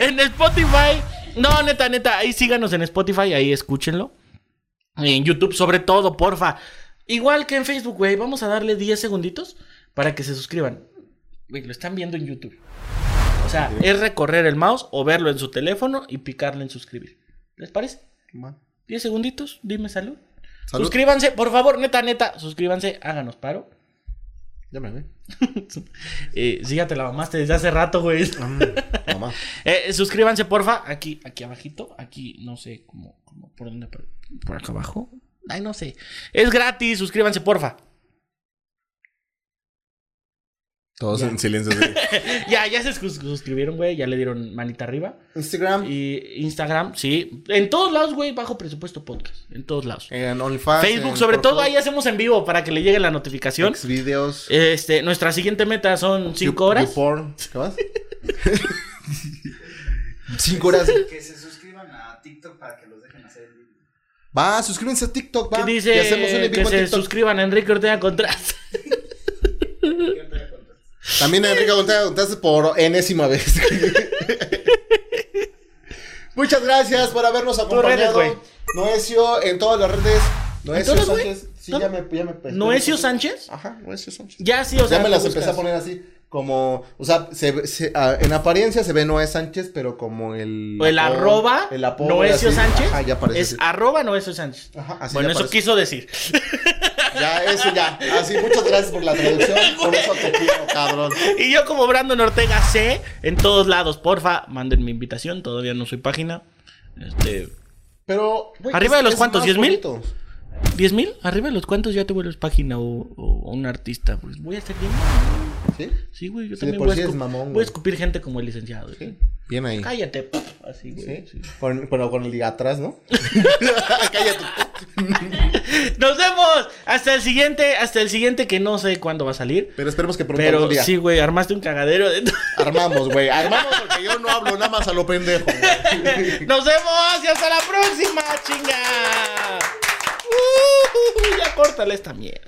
S2: en Spotify. No, neta, neta. Ahí síganos en Spotify. Ahí escúchenlo. Y En YouTube, sobre todo, porfa. Igual que en Facebook, güey. Vamos a darle 10 segunditos para que se suscriban. Güey, lo están viendo en YouTube. O sea, es recorrer el mouse o verlo en su teléfono y picarle en suscribir. ¿Les parece? 10 segunditos, dime salud.
S1: Salud.
S2: Suscríbanse, por favor, neta, neta, suscríbanse, háganos paro.
S1: Ya me ve.
S2: Eh, sí, ya te la mamaste desde hace rato, güey.
S1: Mm, Mamá.
S2: Eh, suscríbanse, porfa, aquí, aquí abajito, aquí, no sé, como, como por dónde, por, por acá abajo. Ay, no sé. Es gratis, suscríbanse, porfa.
S1: Todos en silencio. así.
S2: Ya, ya se sus- suscribieron, güey, ya le dieron manita arriba.
S1: Instagram.
S2: Y Instagram, sí. En todos lados, güey, bajo presupuesto podcast. En todos lados.
S1: En OnlyFans.
S2: Facebook,
S1: en
S2: sobre todo,
S1: Pornhub,
S2: ahí hacemos en vivo para que le llegue la notificación.
S1: Xvideos.
S2: Este, nuestra siguiente meta son 5
S1: You-
S2: horas.
S1: YouPorn. ¿Qué más? Cinco horas.
S3: Que se suscriban a TikTok para que los dejen hacer el video.
S1: Va, suscríbanse a TikTok, va.
S2: Que
S1: Y
S2: dice
S1: hacemos un en
S2: que
S1: vivo en
S2: se
S1: TikTok.
S2: suscriban a Enrique Ortega Contreras.
S1: También Enrique González González por enésima vez. Muchas gracias por habernos acompañado.
S2: redes, güey.
S1: Noesio en todas las redes. Noesio
S2: todas, güey?
S1: Sánchez. Sí,
S2: ¿Todas?
S1: ya me, ya me
S2: ¿Noesio Sánchez?
S1: Ajá, Noesio Sánchez.
S2: Ya sí, o
S1: ya
S2: sea.
S1: me
S2: tú
S1: las
S2: buscas.
S1: empecé a poner así. Como, o sea, se, se- ah, en apariencia se ve Noé Sánchez, pero como el.
S2: O el
S1: apodo-
S2: arroba
S1: el apodo,
S2: Noesio
S1: así,
S2: Sánchez.
S1: Ajá, ya aparece.
S2: es
S1: así.
S2: arroba Noesio Sánchez.
S1: Ajá, así
S2: bueno,
S1: ya
S2: eso
S1: aparece.
S2: quiso decir.
S1: Ya, eso ya. Así, muchas gracias por la traducción. Por eso te pido, cabrón.
S2: Y yo como Brandon Ortega C, en todos lados, porfa, manden mi invitación, todavía no soy página. Este,
S1: Pero. güey,
S2: ¿Arriba
S1: es-
S2: de los
S1: es
S2: cuántos?
S1: más
S2: ¿diez mil?
S1: bonito.
S2: ¿10 mil? Arriba de los cuantos ya te vuelves página o, o un artista. Pues voy a estar bien.
S1: ¿Sí?
S2: Sí, güey, yo
S1: Sí,
S2: también
S1: por
S2: voy,
S1: sí
S2: a
S1: es
S2: escu-
S1: mamón, güey.
S2: voy a escupir gente como el licenciado. güey.
S1: Sí. Bien ahí.
S2: Cállate, p- así, güey.
S1: Sí. Con, pero con el de atrás, ¿no? Cállate.
S2: ¡Nos vemos! Hasta el siguiente, hasta el siguiente que no sé cuándo va a salir.
S1: Pero esperemos que pronto
S2: Pero
S1: algún día
S2: sí, güey, armaste un cagadero. de-
S1: armamos, güey. Armamos porque yo no hablo nada más a lo pendejo. güey.
S2: ¡Nos vemos! ¡Y hasta la próxima, chinga! Uh, ya córtale esta mierda.